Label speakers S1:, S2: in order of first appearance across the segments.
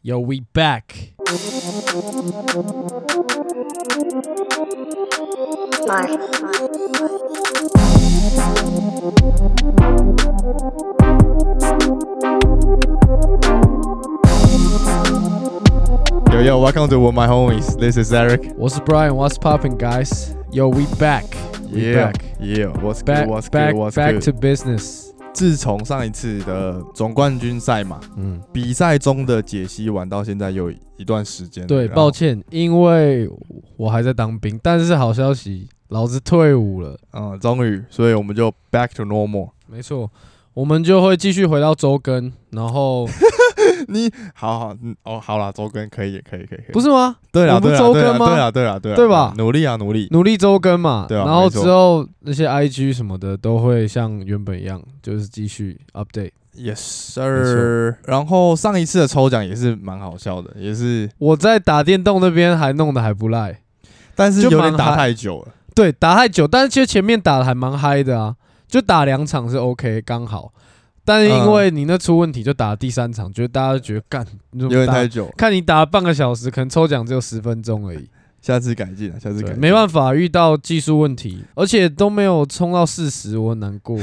S1: Yo, we back.
S2: Yo, yo, welcome to With My Homies. This is Eric.
S1: What's Brian? What's popping, guys? Yo, we back. We
S2: yeah,
S1: back.
S2: yeah, what's
S1: Back,
S2: good, what's
S1: back,
S2: good, what's
S1: back
S2: good.
S1: to business.
S2: 自从上一次的总冠军赛嘛，
S1: 嗯，
S2: 比赛中的解析完到现在有一段时间了。
S1: 对，
S2: 然后
S1: 抱歉，因为我还在当兵，但是好消息，老子退伍了。
S2: 嗯，终于，所以我们就 back to normal。
S1: 没错，我们就会继续回到周更，然 后
S2: 你好好，嗯哦，好啦，周更可以，可以，可以，可以。
S1: 不是吗？
S2: 对啦，
S1: 我不
S2: 对啦，
S1: 周
S2: 对啦，
S1: 更吗
S2: 对啦，对啦，对啦，
S1: 对吧
S2: 努力啊，努力。
S1: 努力周更嘛，
S2: 对啊
S1: 然后
S2: 没错
S1: 之后那些 IG 什么的都会像原本一样，就是继续 update。
S2: Yes sir。然后上一次的抽奖也是蛮好笑的，也是，
S1: 我在打电动那边还弄得还不赖，
S2: 但是
S1: 就
S2: 有
S1: 蛮
S2: 点打
S1: 嗨
S2: 太久了。
S1: 对，打太久，但是其实前面打的还蛮嗨的啊，就打两场是 OK 刚好，但是因为你那出问题，就打第三场，觉得大家就觉得干，你怎
S2: 有
S1: 么
S2: 点
S1: 打
S2: 太久了，
S1: 看你打了半个小时，可能抽奖只有十分钟而已，
S2: 下次改进啊，下次改
S1: 对，
S2: 进。
S1: 没办法，遇到技术问题，而且都没有冲到四十，我很难 过，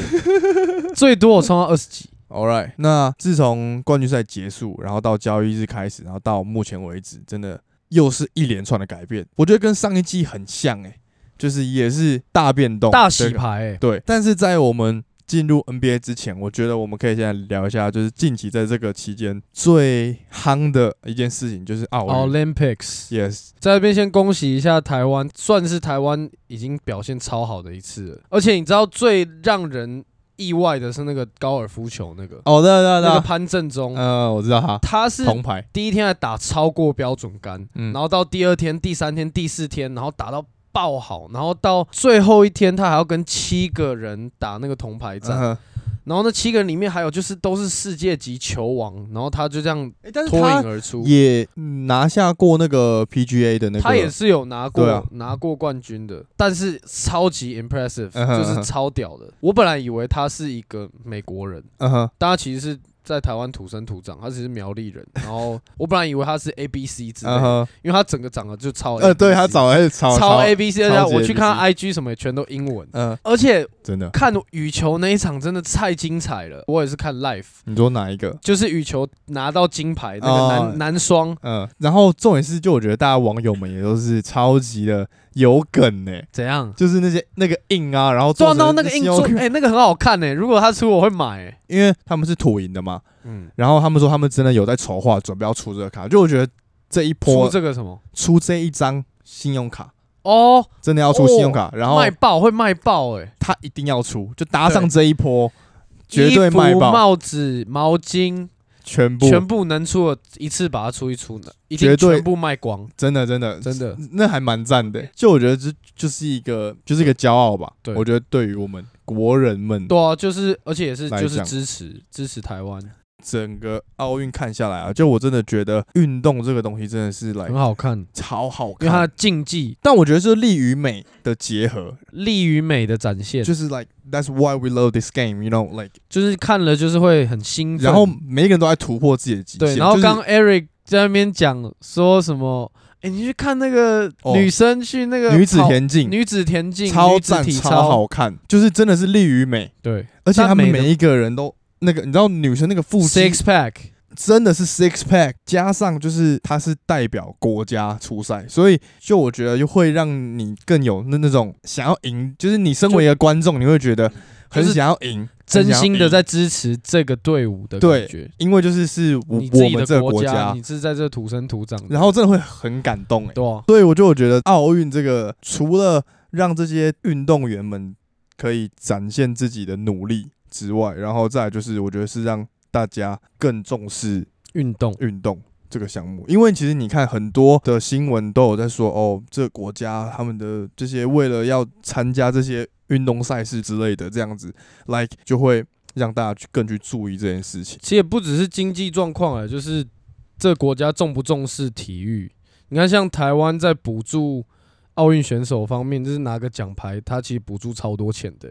S1: 最多我冲到二十几，
S2: All right，那自从冠军赛结束，然后到交易日开始，然后到目前为止，真的又是一连串的改变。我觉得跟上一季很像、欸，就是也是大变动、
S1: 大洗
S2: 对
S1: 牌、欸，
S2: 对，但是在我们进入 NBA 之前，我觉得我们可以现在聊一下，就是近期在这个期间最夯的一件事情，就是奥
S1: 哦
S2: 运。
S1: Olympics，
S2: Yes，
S1: 在这边先恭喜一下台湾，算是台湾已经表现超好的一次了。而且你知道最让人意外的是那个高尔夫球那个，
S2: 哦，对对
S1: 那个
S2: 对，
S1: 潘正中，
S2: 呃，我知道他
S1: 他是
S2: 铜牌，
S1: 第一天还打超过标准杆，
S2: 嗯
S1: 然后到第二天、第三天、第四天，然后打到爆好，然后到最后一天他还要跟七个人打那个铜牌战，
S2: 嗯哼
S1: 然后那七个人里面还有就是都是世界级球王，然后他就这样
S2: 诶但是
S1: 脱颖
S2: 他
S1: 而出。
S2: 也嗯拿下过那个 PGA 的那个，
S1: 他也是有拿过、
S2: 对啊
S1: 拿过冠军的，但是超级 impressive，、
S2: 嗯哼
S1: 就
S2: 嗯
S1: 是
S2: 哼
S1: 超屌的。我本来以为他是一个美国人，
S2: 嗯哼，
S1: 但他其实是在台湾土生土长，他只是苗栗人。然后我本来以为他是 A B C 之类
S2: 嗯
S1: 的，
S2: 哼。
S1: 因为他整个长得就超 ABC,
S2: 呃，对他找还是超
S1: 超 A B C，
S2: 超级
S1: 而且我去看他
S2: ABC
S1: I G 什么也全都英文。
S2: 嗯，
S1: 而且
S2: 真的。
S1: 看羽球那一场真的太精彩了，我也是看 live，
S2: 你说哪一个？
S1: 就是羽球拿到金牌那个男、
S2: 哦
S1: 男双，
S2: 嗯，然后重点是，就我觉得大家网友们也都是超级的有梗呢、
S1: 怎样？
S2: 就是那些那个印啊，然后做
S1: 撞
S2: 成
S1: 到那个硬座
S2: 信，用
S1: 哎、那个很好看呢、如果他出，我会买、欸。
S2: 因为他们是土银的嘛，
S1: 嗯，
S2: 然后他们说他们真的有在筹划，准备要出这个卡，就我觉得这一
S1: 出
S2: 波
S1: 这个什么？
S2: 出这一张信用卡。
S1: 哦，
S2: 真的要出信用卡，然后
S1: 卖爆会卖爆哎、
S2: 他一定要出，就搭上这一波，绝对
S1: 衣服
S2: 卖爆，
S1: 帽子、毛巾，
S2: 全部，
S1: 全部能出的一次把它出一出，一定
S2: 绝对
S1: 全部卖光，
S2: 真的真的
S1: 真的。
S2: 那还蛮赞的欸、就我觉得这就是一个就是一个骄傲吧。
S1: 对
S2: 我觉得对于我们国人们
S1: 对啊，就是而且也是
S2: 来
S1: 就
S2: 讲
S1: 是支持支持台湾，
S2: 整个奥运看下来啊，就我真的觉得运动这个东西真的是来
S1: 很好看，
S2: 超好
S1: 因为它
S2: 看
S1: 的，竞技
S2: 但我觉得是力与美的结合，
S1: 力与美的展现，
S2: 就是 like that's why we love this game, you know like。
S1: 就是看了就是会很兴奋。
S2: 然后每一个人都在突破自己的极
S1: 嗯
S2: 限，
S1: 对，然后
S2: 就是
S1: 刚 Eric 在那边讲说什么？哎，你去看那个
S2: 哦
S1: 女生去那个
S2: 女子
S1: 跑
S2: 田径
S1: 女子田径、
S2: 超
S1: 女子
S2: 赞
S1: 体
S2: 超
S1: 操，
S2: 好看，就是真的是力与美，
S1: 对
S2: 而且
S1: 但
S2: 他们
S1: 美的
S2: 每一个人都那个，你知道女生那个腹肌
S1: ，six pack，
S2: 真的是 six pack，加上就是他是代表国家出赛，所以就我觉得又会让你更有那那种想要赢，就是你身为一个观众，你会觉得
S1: 嗯
S2: 很
S1: 就是
S2: 想要赢，很
S1: 真
S2: 想要
S1: 心的
S2: 赢
S1: 在，支持这个队伍的感
S2: 对
S1: 觉。
S2: 因为就是是我
S1: 你自
S2: 我
S1: 己
S2: 们
S1: 的
S2: 这个
S1: 国
S2: 家，
S1: 你是在这土生土长的，
S2: 然后真的会很感动哎、欸，
S1: 对啊，
S2: 所以我就我觉得奥运这个除了让这些运动员们可以展现自己的努力之外，然后再来就是我觉得是让大家更重视
S1: 运动
S2: 运动这个项目，因为其实你看很多的新闻都有在说，哦，这个国家他们的这些为了要参加这些运动赛事之类的，这样子，like 就会让大家去更去注意这件事情。
S1: 其实也不只是经济状况啊，就是这国家重不重视体育。你看，像台湾在补助奥运选手方面，就是拿个奖牌，它其实补助超多钱的、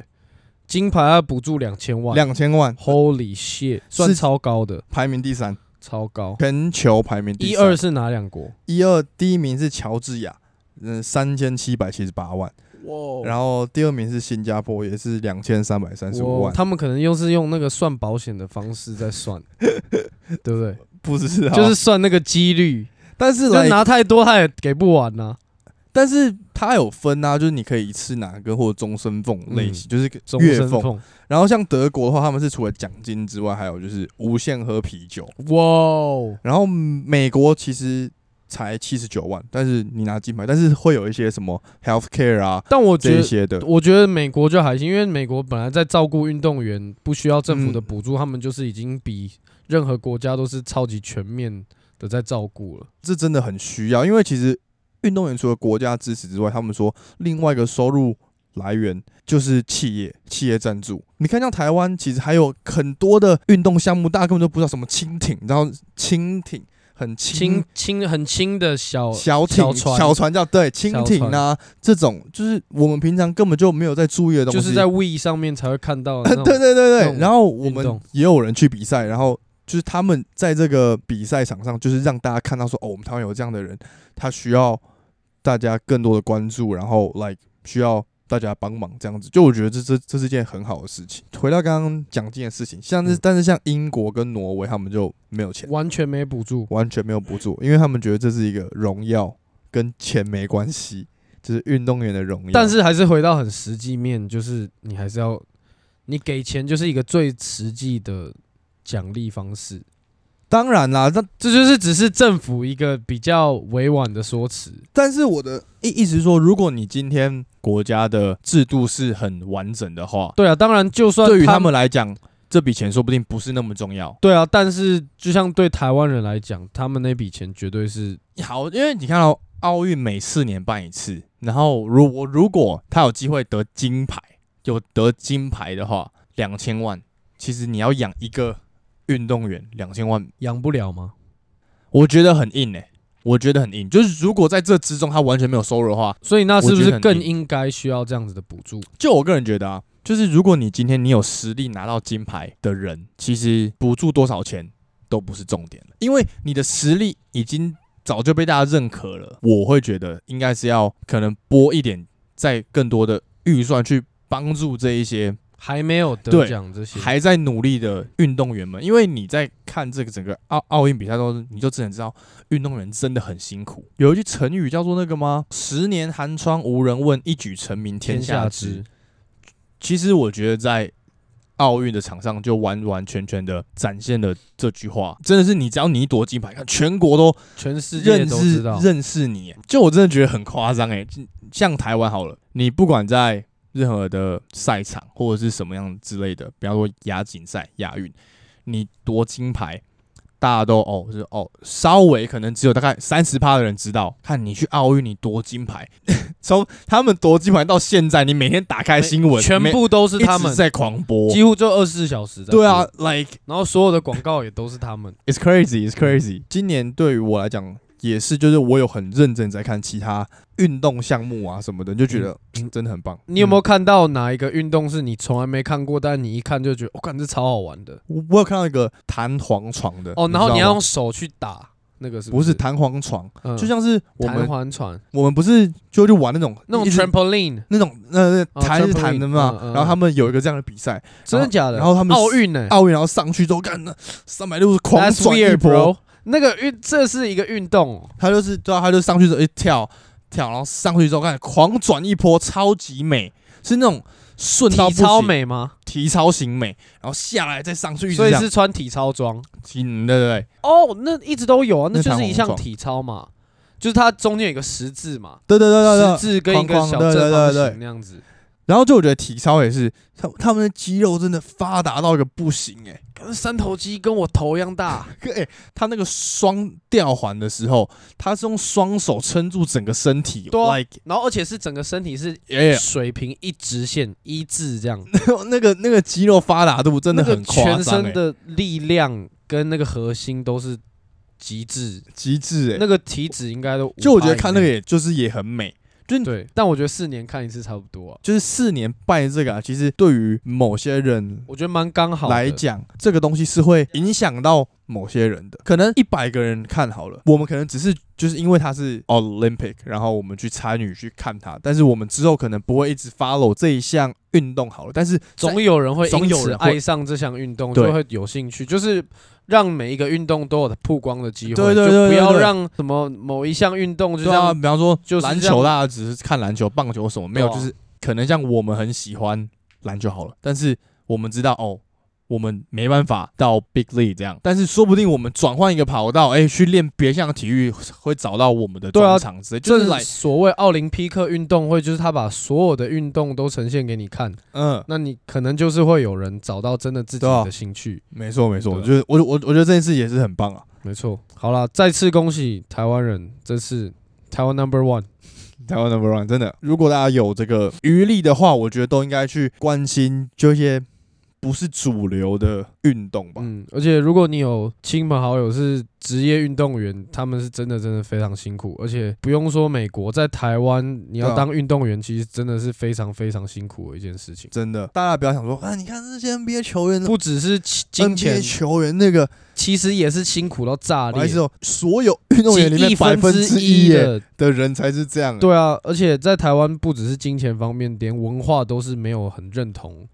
S1: 金牌它补助两千万
S2: 两千万
S1: ，Holy shit，算超高的。
S2: 排名第三，
S1: 超高。
S2: 全球排名第
S1: 一
S2: 三
S1: 二是哪两国？
S2: 一二第一名是乔治亚，嗯，三千七百七十八万，
S1: 哇
S2: 然后第二名是新加坡，也是两千三百三十五
S1: 我
S2: 万。
S1: 他们可能又是用那个算保险的方式在 算，对不对？
S2: 不知道，
S1: 就是，算那个几率，
S2: 但啊是啊
S1: 就
S2: 来，
S1: 拿太多他也给不完啊呐、
S2: 但是它有分啊，就是你可以一次拿个或者终身俸类型，就是
S1: 终
S2: 月
S1: 身
S2: 俸。
S1: 俸，
S2: 然后像德国的话，他们是除了奖金之外，还有就是无限喝啤酒。
S1: 哇哦，
S2: 然后嗯美国其实才七十九万，但是你拿金牌，但是会有一些什么 health care 啊
S1: 但我觉
S2: 这一
S1: 得
S2: 些的，
S1: 我觉得美国就还行，因为美国本来在照顾运动员不需要
S2: 嗯
S1: 政府的补助，他们就是已经比任何国家都是超级全面的在照顾了。
S2: 这真的很需要，因为其实运动员除了国家支持之外，他们说另外一个收入来源就是企业企业赞助。你看，像台湾其实还有很多的运动项目，大家根本都不知道什么轻艇，你知道轻艇很轻
S1: 轻轻很轻的小
S2: 小艇、
S1: 小船
S2: 叫对轻艇啊，这种就是我们平常根本就没有在注意的东西，
S1: 就是在 We 上面才会看到的那
S2: 对
S1: 种。
S2: 对对
S1: 那
S2: 对，
S1: 种
S2: 然后我
S1: 运
S2: 们
S1: 动
S2: 也有人去比赛，然后就是他们在这个比赛场上，就是让大家看到说，哦，我们台湾有这样的人，他需要大家更多的关注，然后 like 需要大家帮忙这样子。就我觉得这这这是件很好的事情。回到刚刚奖金的事情，像是、
S1: 嗯
S2: 但是像英国跟挪威他们就没有钱，
S1: 完全没补助，
S2: 完全没有补助，因为他们觉得这是一个荣耀，跟钱没关系，就是运动员的荣耀。
S1: 但是还是回到很实际面，就是你还是要，你给钱就是一个最实际的奖励方式，
S2: 当然啦，那
S1: 这就是只是政府一个比较委婉的说辞。
S2: 但是我的意意思是说，如果你今天
S3: 国家的制度是很完整的话，
S1: 对啊，当然就算
S3: 对于他
S1: 他
S3: 们来讲，这笔钱说不定不是那么重要。
S1: 对啊，但是就像对台湾人来讲，他们那笔钱绝对是
S3: 好，因为你看到奥运每四年办一次，然后如我如果他有机会得金牌，有得金牌的话，两千万，其实你要养一个运动员，两千万，
S1: 养不了吗？
S3: 我觉得很硬诶、欸我觉得很硬。就是如果在这之中他完全没有收入的话，
S1: 所以那是不
S3: 我觉得
S1: 是
S3: 很
S1: 更
S3: 硬
S1: 应该需要这样子的补助？
S3: 就我个人觉得啊，就是如果你今天你有实力拿到金牌的人，其实补助多少钱都不是重点了，因为你的实力已经早就被大家认可了。我会觉得应该是要可能拨一点，再更多的预算去帮助这一些
S1: 还没有得
S3: 对
S1: 奖这些，
S3: 还在努力的运动员们，因为你在看这个整个奥奥运比赛的时候，你就只能知道运动员真的很辛苦。有一句成语叫做那个吗？十年寒窗无人问，一举成名
S1: 天
S3: 天下知
S1: 知。。
S3: 其实我觉得在奥运的场上就完完全全的展现了这句话，真的是你只要你一夺金牌，看全国都
S1: 全世界
S3: 认
S1: 都知
S3: 识
S1: 道，
S3: 认识你。就我真的觉得很夸张哎，就像台湾好了，你不管在任何的赛场或者是什么样之类的，比方说亚锦赛、亚运，你夺金牌。大家都哦，就是哦，稍微可能只有大概三十趴的人知道。看你去奥运，你夺金牌，从他们夺金牌到现在，你每天打开新闻，
S1: 全
S3: 每
S1: 部都是
S3: 一
S1: 他
S3: 直
S1: 们，
S3: 在狂播。
S1: 几乎就二十四小时在。
S3: 对啊，，like
S1: 然后所有的广告也都是他们。
S3: it's crazy, it's crazy。
S2: 今年对于我来讲也是，就是我有很认真在看其他运动项目啊什么的，就觉得、真的很棒。
S1: 嗯你有没有看到哪一个运动是你从来没看过，但你一看就觉得，我、哦、感这超好玩的
S2: 嗯我我有看到一个弹簧床的
S1: 哦？然后你
S2: 呃知
S1: 要
S2: 道吗
S1: 用手去打那个是
S2: 不
S1: 是
S2: 是？弹簧床，
S1: 嗯
S2: 就像是我
S1: 弹
S2: 们
S1: 簧船
S2: 我们不是就去玩那种
S1: 那种
S2: 一直
S1: trampoline，
S2: 那种呃
S1: 哦
S2: 弹是弹的
S1: trampoline，
S2: 嘛
S1: 嗯，嗯
S2: 然后他们有一个这样的比赛，
S1: 真的假的？
S2: 然后他们
S1: 奥运呢
S2: 奥运然后上去之后干那三百六十狂
S1: 啊？That's
S2: 转一
S1: weird,
S2: 波，
S1: bro。那个运，这是一个运动哦，
S2: 他就是对啊，他就上去之后一跳跳，然后上去之后看狂转一波，超级美，是那种顺到
S1: 体
S2: 不
S1: 操
S2: 行
S1: 美吗？
S2: 体操型美，然后下来再上去，一直
S1: 所以
S2: 这样
S1: 是穿体操装
S2: 嗯，对对对，
S1: 哦，那一直都有啊，那
S2: 那
S1: 就是
S2: 弹
S1: 一
S2: 簧
S1: 项
S2: 床
S1: 体操嘛，就是它中间有一个十字嘛，
S2: 对对对对
S1: 十
S2: 对。
S1: 字跟一个
S2: 框框
S1: 小
S2: 对
S1: 正
S2: 对
S1: 方
S2: 对对
S1: 形那样子。
S2: 然后就我觉得体操也是，他他们的肌肉真的发达到一个不行 哎、
S1: 可是三头肌跟我头一样大，
S2: 可哎、他那个双吊环的时候，他是用双手撑住整个身体
S1: 对啊
S2: ，like
S1: 然后而且是整个身体是
S2: yeah，
S1: 水平一直线一字这样，
S2: 那个那个肌肉发达度真的
S1: 那个
S2: 很夸
S1: 全
S2: 张
S1: 身
S2: 哎，
S1: 的力量跟那个核心都是极致，
S2: 极致哎、
S1: 那个欸体脂应该都
S2: 就我觉得看那
S1: 5%
S2: 个
S1: 以内
S2: 也就是也很美，
S1: 对，但我觉得四年看一次差不多啊，
S2: 就是四年办这个啊，其实对于某些人
S1: 我觉得蛮刚好的
S2: 来讲，这个东西是会影响到
S4: 某些人的，可能一百个人看好了，我们可能只是 就是因为他是 Olympic，然后我们去参与去看他，但是我们之后可能不会一直 follow 这一项运动好了，但是在
S1: 总有人会
S4: 总
S1: 因
S4: 有
S1: 此
S4: 人会
S1: 爱上这项运动，
S4: 对
S1: 就会有兴趣，就是让每一个运动都有曝光的机会，
S4: 对对对
S1: 就不
S4: 对
S1: 要
S4: 对
S1: 让什么某一项运动就
S2: 对啊，
S1: 像
S2: 比方说
S1: 就是
S2: 篮
S1: 这样
S2: 球，大家只是看篮球、棒球什么，没有
S1: 对啊
S2: 就是可能像我们很喜欢篮球好了，但是我们知道哦，我们没办法到 big league 这样，但是说不定我们转换一个跑道，哎，去练别项体育会找到我们的
S1: 对啊
S2: 专长之类，就
S1: 这
S2: 是
S1: 是
S2: 来
S1: 所谓奥林匹克运动会，就是他把所有的运动都呈现给你看，
S4: 嗯，
S1: 那你可能就是会有人找到真的自己
S4: 对啊
S1: 的兴趣。
S4: 没错没错，
S1: 对啊
S4: 我觉得我我我觉得这件事也是很棒啊，
S1: 没错，好啦，再次恭喜台湾人，这次台湾 Number One。
S4: 台湾 number one 真的，如果大家有这个余力的话，我觉得都应该去关心这些不是主流的运动吧。
S1: 嗯，而且如果你有亲朋好友是职业运动员，他们是真的真的非常辛苦，而且不用说美国，在台湾你
S4: 对
S1: 要
S4: 啊
S1: 当运动员，其实真的是非常非常辛苦的一件事情，
S4: 真的，大家不要想说啊，你看这些 NBA 球员，
S1: 不只是金金
S4: NBA
S1: 钱，
S4: 球员那个，
S1: 其实也是辛苦到炸
S4: 不好意
S1: 裂
S4: 思。哦，所有运动员里
S1: 几
S4: 面
S1: 亿
S4: 百分
S1: 之
S4: 一耶
S1: 的，
S4: 的人才是这样欸。
S1: 对啊，而且在台湾不只是金钱方面，连文化都是没有很认同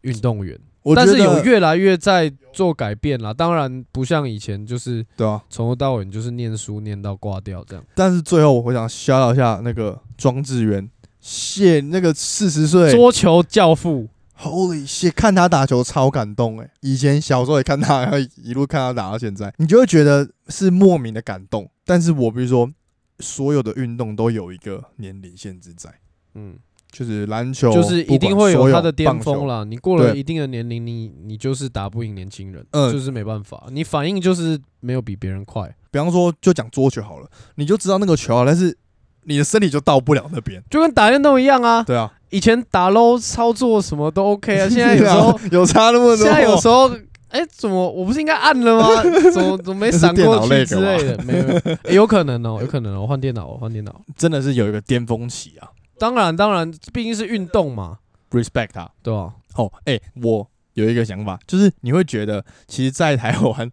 S1: 运动员，
S4: 我觉
S1: 但
S4: 得
S1: 是有越来越在做改变啦。当然不像以前，就是
S4: 对啊，
S1: 从头到尾你就是念书念到挂掉这样。
S4: 但是最后我会想 shout out 一下那个庄智渊，谢那个四十岁
S1: 桌球教父，
S4: Holy shit！看他打球超感动哎、以前小时候也看他，然后一路看他打到现在，你就会觉得是莫名的感动。但是我比如说，所有的运动都有一个年龄限制在，
S1: 嗯，
S4: 就是篮球，
S1: 就是一定会
S4: 不管所
S1: 有
S4: 有
S1: 他的巅峰
S4: 了。
S1: 啦。你过了
S4: 对
S1: 一定的年龄，你你就是打不赢年轻人，
S4: 嗯
S1: 就是没办法，你反应就是没有比别人快，
S4: 比方说，就讲桌球好了，你就知道那个球啊，但是你的身体就到不了那 边。
S1: 就跟打电动一样啊。
S4: 对啊，
S1: 以前打 low 操作什么都 OK 啊，现在有时候
S4: 有差那么多，
S1: 现在有时候，哎、怎么我不是应该按了吗？怎么怎么没闪过去之类的？没有，没有诶有可 能哦、有可能哦、我换电脑，我换电脑。
S2: 真的是有一个巅峰期啊
S1: 当然，当然，毕竟是运动嘛，
S2: ，respect 他。
S1: 对吧、
S2: 哦，哎、我有一个想法，就是你会觉得，其实，在台湾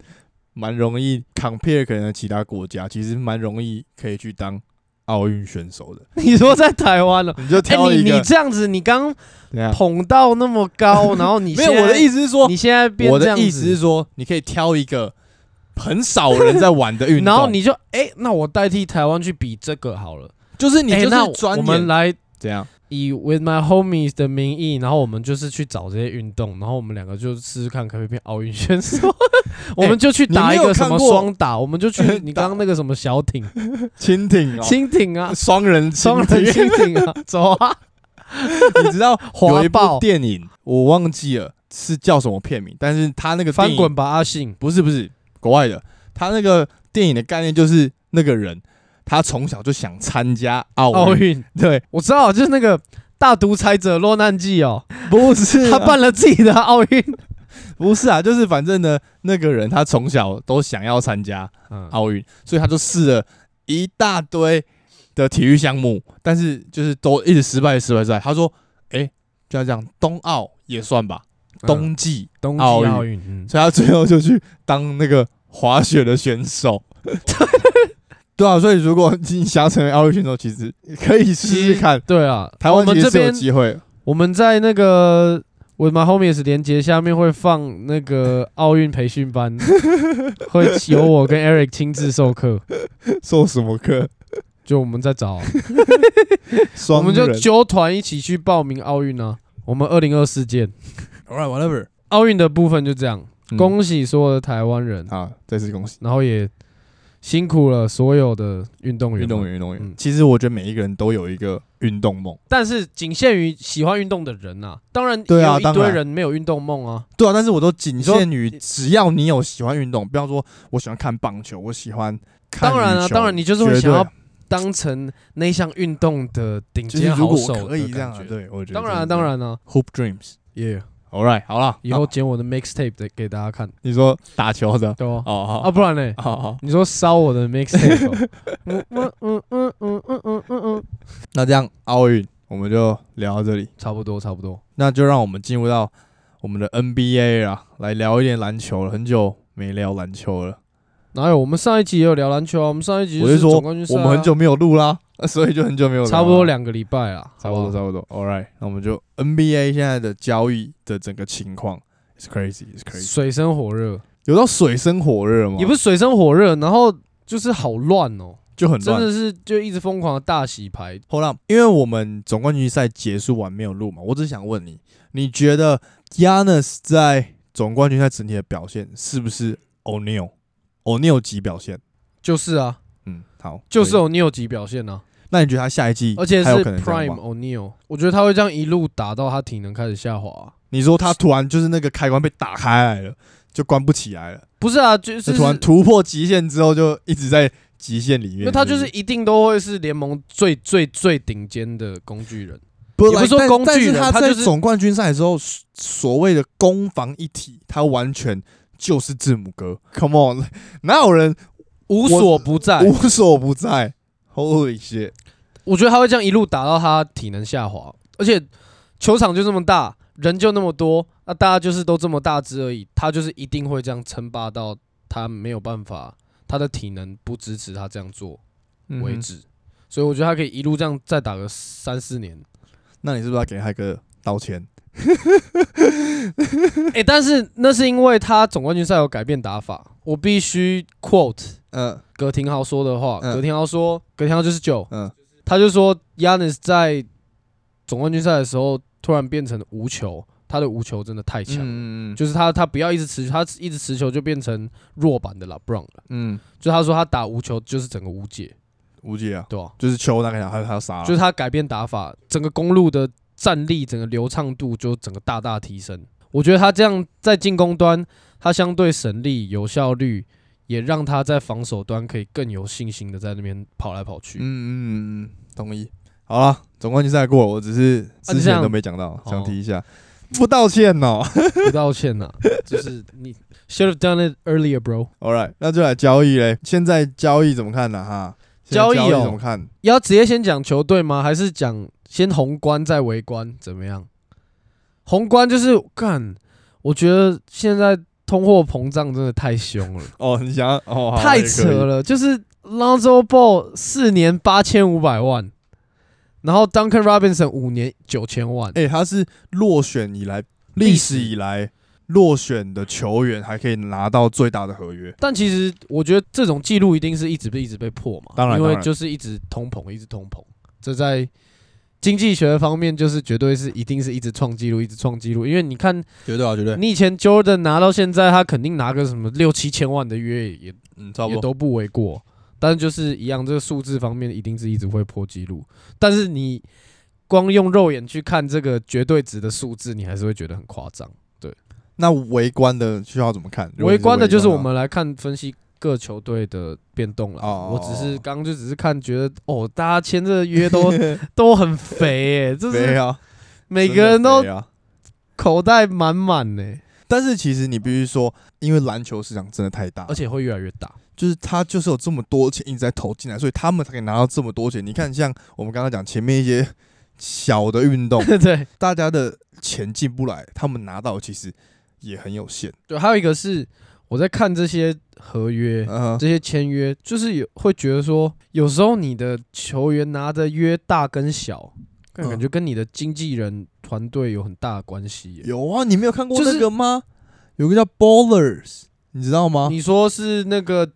S2: 蛮容易 compare 可能其他国家，其实蛮容易可以去当奥运选手的。
S1: 你说在台湾了、
S4: 你就
S1: 哎、
S4: 挑一
S1: 你
S4: 个
S1: 你。这样子，你刚
S2: 对啊，
S1: 捧到那么 高，然后你
S2: 没有我的意
S1: 思，
S2: 思是说
S1: 你，现在变
S2: 我
S1: 这
S2: 的
S1: 样
S2: 意思是
S1: 子，
S2: 说，你可以挑一个很少人在玩的运 动，
S1: 然后你就哎、那我代替台湾去比这个好了。
S2: 就是你
S1: 哎、
S2: 就是
S1: 那
S2: 专
S1: 我
S2: 业
S1: 们来
S2: 怎样？、
S1: 以 With My Homies 的名义，然后我们就是去找这些运动，然后我们两个就试试看可不可以变奥运选手。我们就去打一个什么双打，我们就去你刚刚那个什么小艇、
S4: 蜻蜓哦，
S1: 蜻蜓啊
S2: 双人
S1: 双人
S2: 蜻蜓
S1: 蜻蜓啊，走啊，
S2: 你知道 有
S1: 滑
S2: 一部
S1: 爆、
S2: 电影，我忘记了是叫什么片名，但是他那个电
S1: 翻
S2: 影
S1: 滚吧阿信，
S2: 不是不是国外的，他那个电影的概念就是那个人他从小就想参加奥
S1: 奥
S2: 运，
S1: 运，
S2: 对，
S1: 我知道，就是那个大独裁者落难记哦，
S2: 不是啊、
S1: 他办了自己的奥运，
S2: 不是啊，就是反正呢，那个人他从小都想要参加
S1: 嗯，
S2: 奥运，所以他就试了一大堆的体育项目，但是就是都一直失败，失败，失败。他说，哎、就要这样，冬奥也算吧，冬季，
S1: 冬季
S2: 奥运
S1: 嗯奥运，嗯
S2: 所以他最后就去当那个滑雪的选 手。对啊，所以如果你想成为奥运选手，其实可以试试看。
S1: 对啊，
S4: 台
S1: 我
S4: 湾
S1: 们
S4: 其
S1: 这
S4: 实是有
S1: 边
S4: 机会。
S1: 我们在那个我们 homies 连接下面会放那 个奥运培训班，会由我跟 Eric 亲自授课。
S4: 受什么课？
S1: 就我们在找啊、我
S4: 双
S1: 们就
S4: 人
S1: 纠团一起去报名奥运啊。我们二零二四见
S2: Alright, whatever。
S1: 奥运的部分就这样，
S4: 嗯
S1: 恭喜所有的台湾
S4: 啊
S1: 人，
S2: 嗯好，再次恭喜
S1: 然后也辛苦了所有的运动员。
S2: 运动，员，运动
S1: 嗯
S2: 员。其实我觉得每一个人都有一个运动梦。
S1: 但是仅限于喜欢运动的人啊。当然，
S4: 对啊
S1: 有一
S4: 当
S1: 堆
S4: 然
S1: 人没有运动梦啊。
S4: 对啊，但是我都仅
S2: 你说
S4: 限于
S2: 只要你有喜欢运动，比方说我喜欢看棒球，我喜欢看
S1: 当然
S2: 羽
S1: 啊，
S2: 球
S1: 当然你就是会
S4: 绝
S1: 想
S4: 对
S1: 要当成那项运动的顶
S4: 就是
S1: 尖
S4: 如
S1: 好
S4: 果
S1: 手
S4: 我可
S1: 的
S4: 以这样啊
S1: 感，觉。
S4: 对，我觉得
S1: 当
S4: 这
S1: 然啊，
S4: 样
S1: 当然啊，
S2: Hoop Dreams。
S1: 耶！
S2: All right，好了，
S1: 以后
S2: 那
S1: 剪我的 mixtape 的给大家看，
S2: 你说打球的
S1: 对吧？
S2: 哦，好
S1: 啊，不然嘞，
S2: 好好，
S1: 你说烧我的 mixtape，哦 嗯嗯嗯嗯嗯嗯嗯嗯嗯，
S2: 那这样奥运我们就聊到这里，
S1: 差不多差不多。
S2: 啊那就让我们进入到我们的 NBA 啦，来聊一点篮球了，很久。没聊篮球了。
S1: 哪有？我们上一集也有聊篮球啊，我们上一集就
S4: 我是说
S1: 总冠军赛
S4: 我
S1: 啊、
S4: 们很久没有录 啦，呃所以就很久没有聊
S1: 差不多
S4: 了
S1: 两个礼拜啦，
S2: 啊差不多，
S1: 好好
S2: 差不多。All right，那我们就 NBA 现在的交易的整个情况，is crazy，is crazy，
S1: 水深火热，
S2: 有到水深火热吗？
S1: 也不是水深火热，然后就是好乱哦，
S2: 就很
S1: 真
S2: 乱。
S1: 的是就一直疯狂的大洗牌。
S2: 后浪，因为我们总冠军赛结束完没有录嘛，我只想问你，你觉得 Yanis 在总冠军赛整体的表现是不是 O'Neal O'Neal 级表现？
S1: 就是啊，
S2: 嗯，好，
S1: 就是
S2: 可以。
S1: o n e i 级表现啊，
S2: 那你觉得他下一季
S1: 而且是
S2: 还有可能这样
S1: Prime 哦
S2: 吗
S1: O'Neal，我觉得他会这样一路打到他体能开始下滑啊、
S2: 你说他突然就是那个开关被打开来了，就关不起来了，
S1: 不是啊，就是
S2: 就突然突破极限之后就一直在极限里面。
S1: 那他就是一定都会是联盟最最最顶尖的工具人。
S2: 不
S1: 也不
S2: 来
S1: 是说
S2: 但
S1: 工具
S2: 但是
S1: 人
S2: 他
S1: 他
S2: 在
S1: 就是
S2: 总冠军赛的时候，所所谓的攻防一体，他完全就是字母哥。Come on，哪 有人
S1: 无所不在，
S2: 无
S1: 我
S2: 所不在？Holy shit！
S1: 觉得他会这样一路打到他体能下滑，而且球场就这么大，人就那么多，那、大家就是都这么大只而已，他就是一定会这样称霸到他没有办法，他的体能不支持他这样做为
S2: 嗯哼
S1: 止。所以我觉得他可以一路这样再打个三四年，
S2: 那你是不是要给他一个道歉？
S1: 诶，但是那是因为他总冠军赛有改变打法，我必须 quote
S2: 嗯
S1: 葛廷豪说的话，
S2: 嗯
S1: 葛廷豪说，葛廷豪就是九，
S2: 嗯，
S1: 他就说 Yanis 在总冠军赛的时候突然变成无球，他的无球真的太强了，
S2: 嗯
S1: 就是他他不要一直持球，他一直持球就变成弱版的 LeBron 了，
S2: 嗯，
S1: 就他说他打无球就是整个无解，
S2: 无解啊，
S1: 对吧、
S2: 就是球打给他，他他要杀了。
S1: 就是他改变打法，整个公路的战力、整个流畅度就整个大大提升。我觉得他这样在进攻端，他相对省力、有效率，也让他在防守端可以更有信心的在那边跑来跑去。
S2: 嗯嗯嗯嗯，同意。好了，总冠军赛过了，我只是
S1: 啊你
S2: 之前
S1: 这
S2: 都
S1: 样
S2: 没讲到，
S1: 哦
S2: 想提一下。不道歉哦。
S1: 不道歉啊呐、 就是你 should have done it earlier, bro。
S2: All right，那就来交易嘞。现在交易怎么看呢、哈，现在
S1: 交易
S2: 交
S1: 哦
S2: 易怎么看？
S1: 要直接先讲球队吗？还是讲先宏观再围观？怎么样？宏观就是干，我觉得现在通货膨胀真的太凶了。
S2: 哦，你想要哦，好
S1: 太扯。了，就是 Lonzo Ball 四年八千五百万，然后 Duncan Robinson 五年九千万，
S2: 哎、欸他是落选以来历
S1: 历
S2: 史
S1: 史
S2: 以来落选的球员，还可以拿到最大的合约。
S1: 但其实我觉得这种记录一定是一直被一直被破嘛，
S2: 当然
S1: 因
S2: 当
S1: 为
S2: 然
S1: 就是一直通膨，一直通膨，这在经济学方面就是绝对是一定是一直创纪录，一直创纪录，因为你看
S2: 绝对啊，绝对。
S1: 你以前 Jordan 拿到现在，他肯定拿个什么六七千万的约也
S2: 嗯，差
S1: 也。都不为过。但就是一样，这个数字方面一定是一直会破纪录。但是你光用肉眼去看这个绝对值的数字，你还是会觉得很夸张。
S2: 那围观的需要怎么看？如果
S1: 围
S2: 你
S1: 观的就是我
S2: 话
S1: 们来看分析各球队的变动了。
S2: 哦
S1: 我只是刚刚就只是看，觉得哦，大家签这个约都 都很肥耶、就
S2: 没
S1: 是
S2: 有，
S1: 每个人都
S2: 啊真 的没有啊
S1: 口袋满满呢，
S2: 但是其实你必须说，因为篮球市场真的太大，
S1: 而且会越来越大。
S2: 就是他就是有这么多钱一直在投进来，所以他们才可以拿到这么多钱。你看，像我们刚刚讲前面一些小的 运 动，
S1: 对，
S2: 大家的钱进不来，他们拿到其实也很有限。
S1: 对，还有一个是我在看这些合约，
S2: 嗯哼，
S1: 这些签约，就是有会觉得说，有时候你的球员拿的约大跟小，
S2: 嗯
S1: 感觉跟你的经纪人团队有很大的关系耶。
S2: 有啊，你没有看过
S1: 就是
S2: 那个吗？有个叫 Ballers，你知道吗？
S1: 你说是那个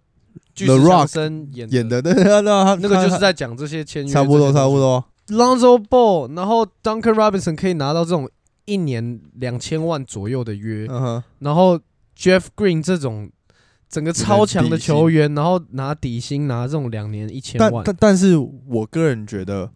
S1: 巨石
S2: 啊 The
S1: 强
S2: Rock
S1: 森演
S2: 演
S1: 的，
S2: 的对对 对，他
S1: 那个就是
S2: 他
S1: 在讲这些签约，
S2: 差不多差不。多。
S1: Lonzo Ball，然后 Duncan Robinson 可以拿到这种一年两千万左右的约，
S2: 嗯哼，
S1: 然后 Jeff Green 这种整个超强的球员，然后拿底薪拿这种两年一千
S2: 但
S1: 万，
S2: 但但是我个人觉得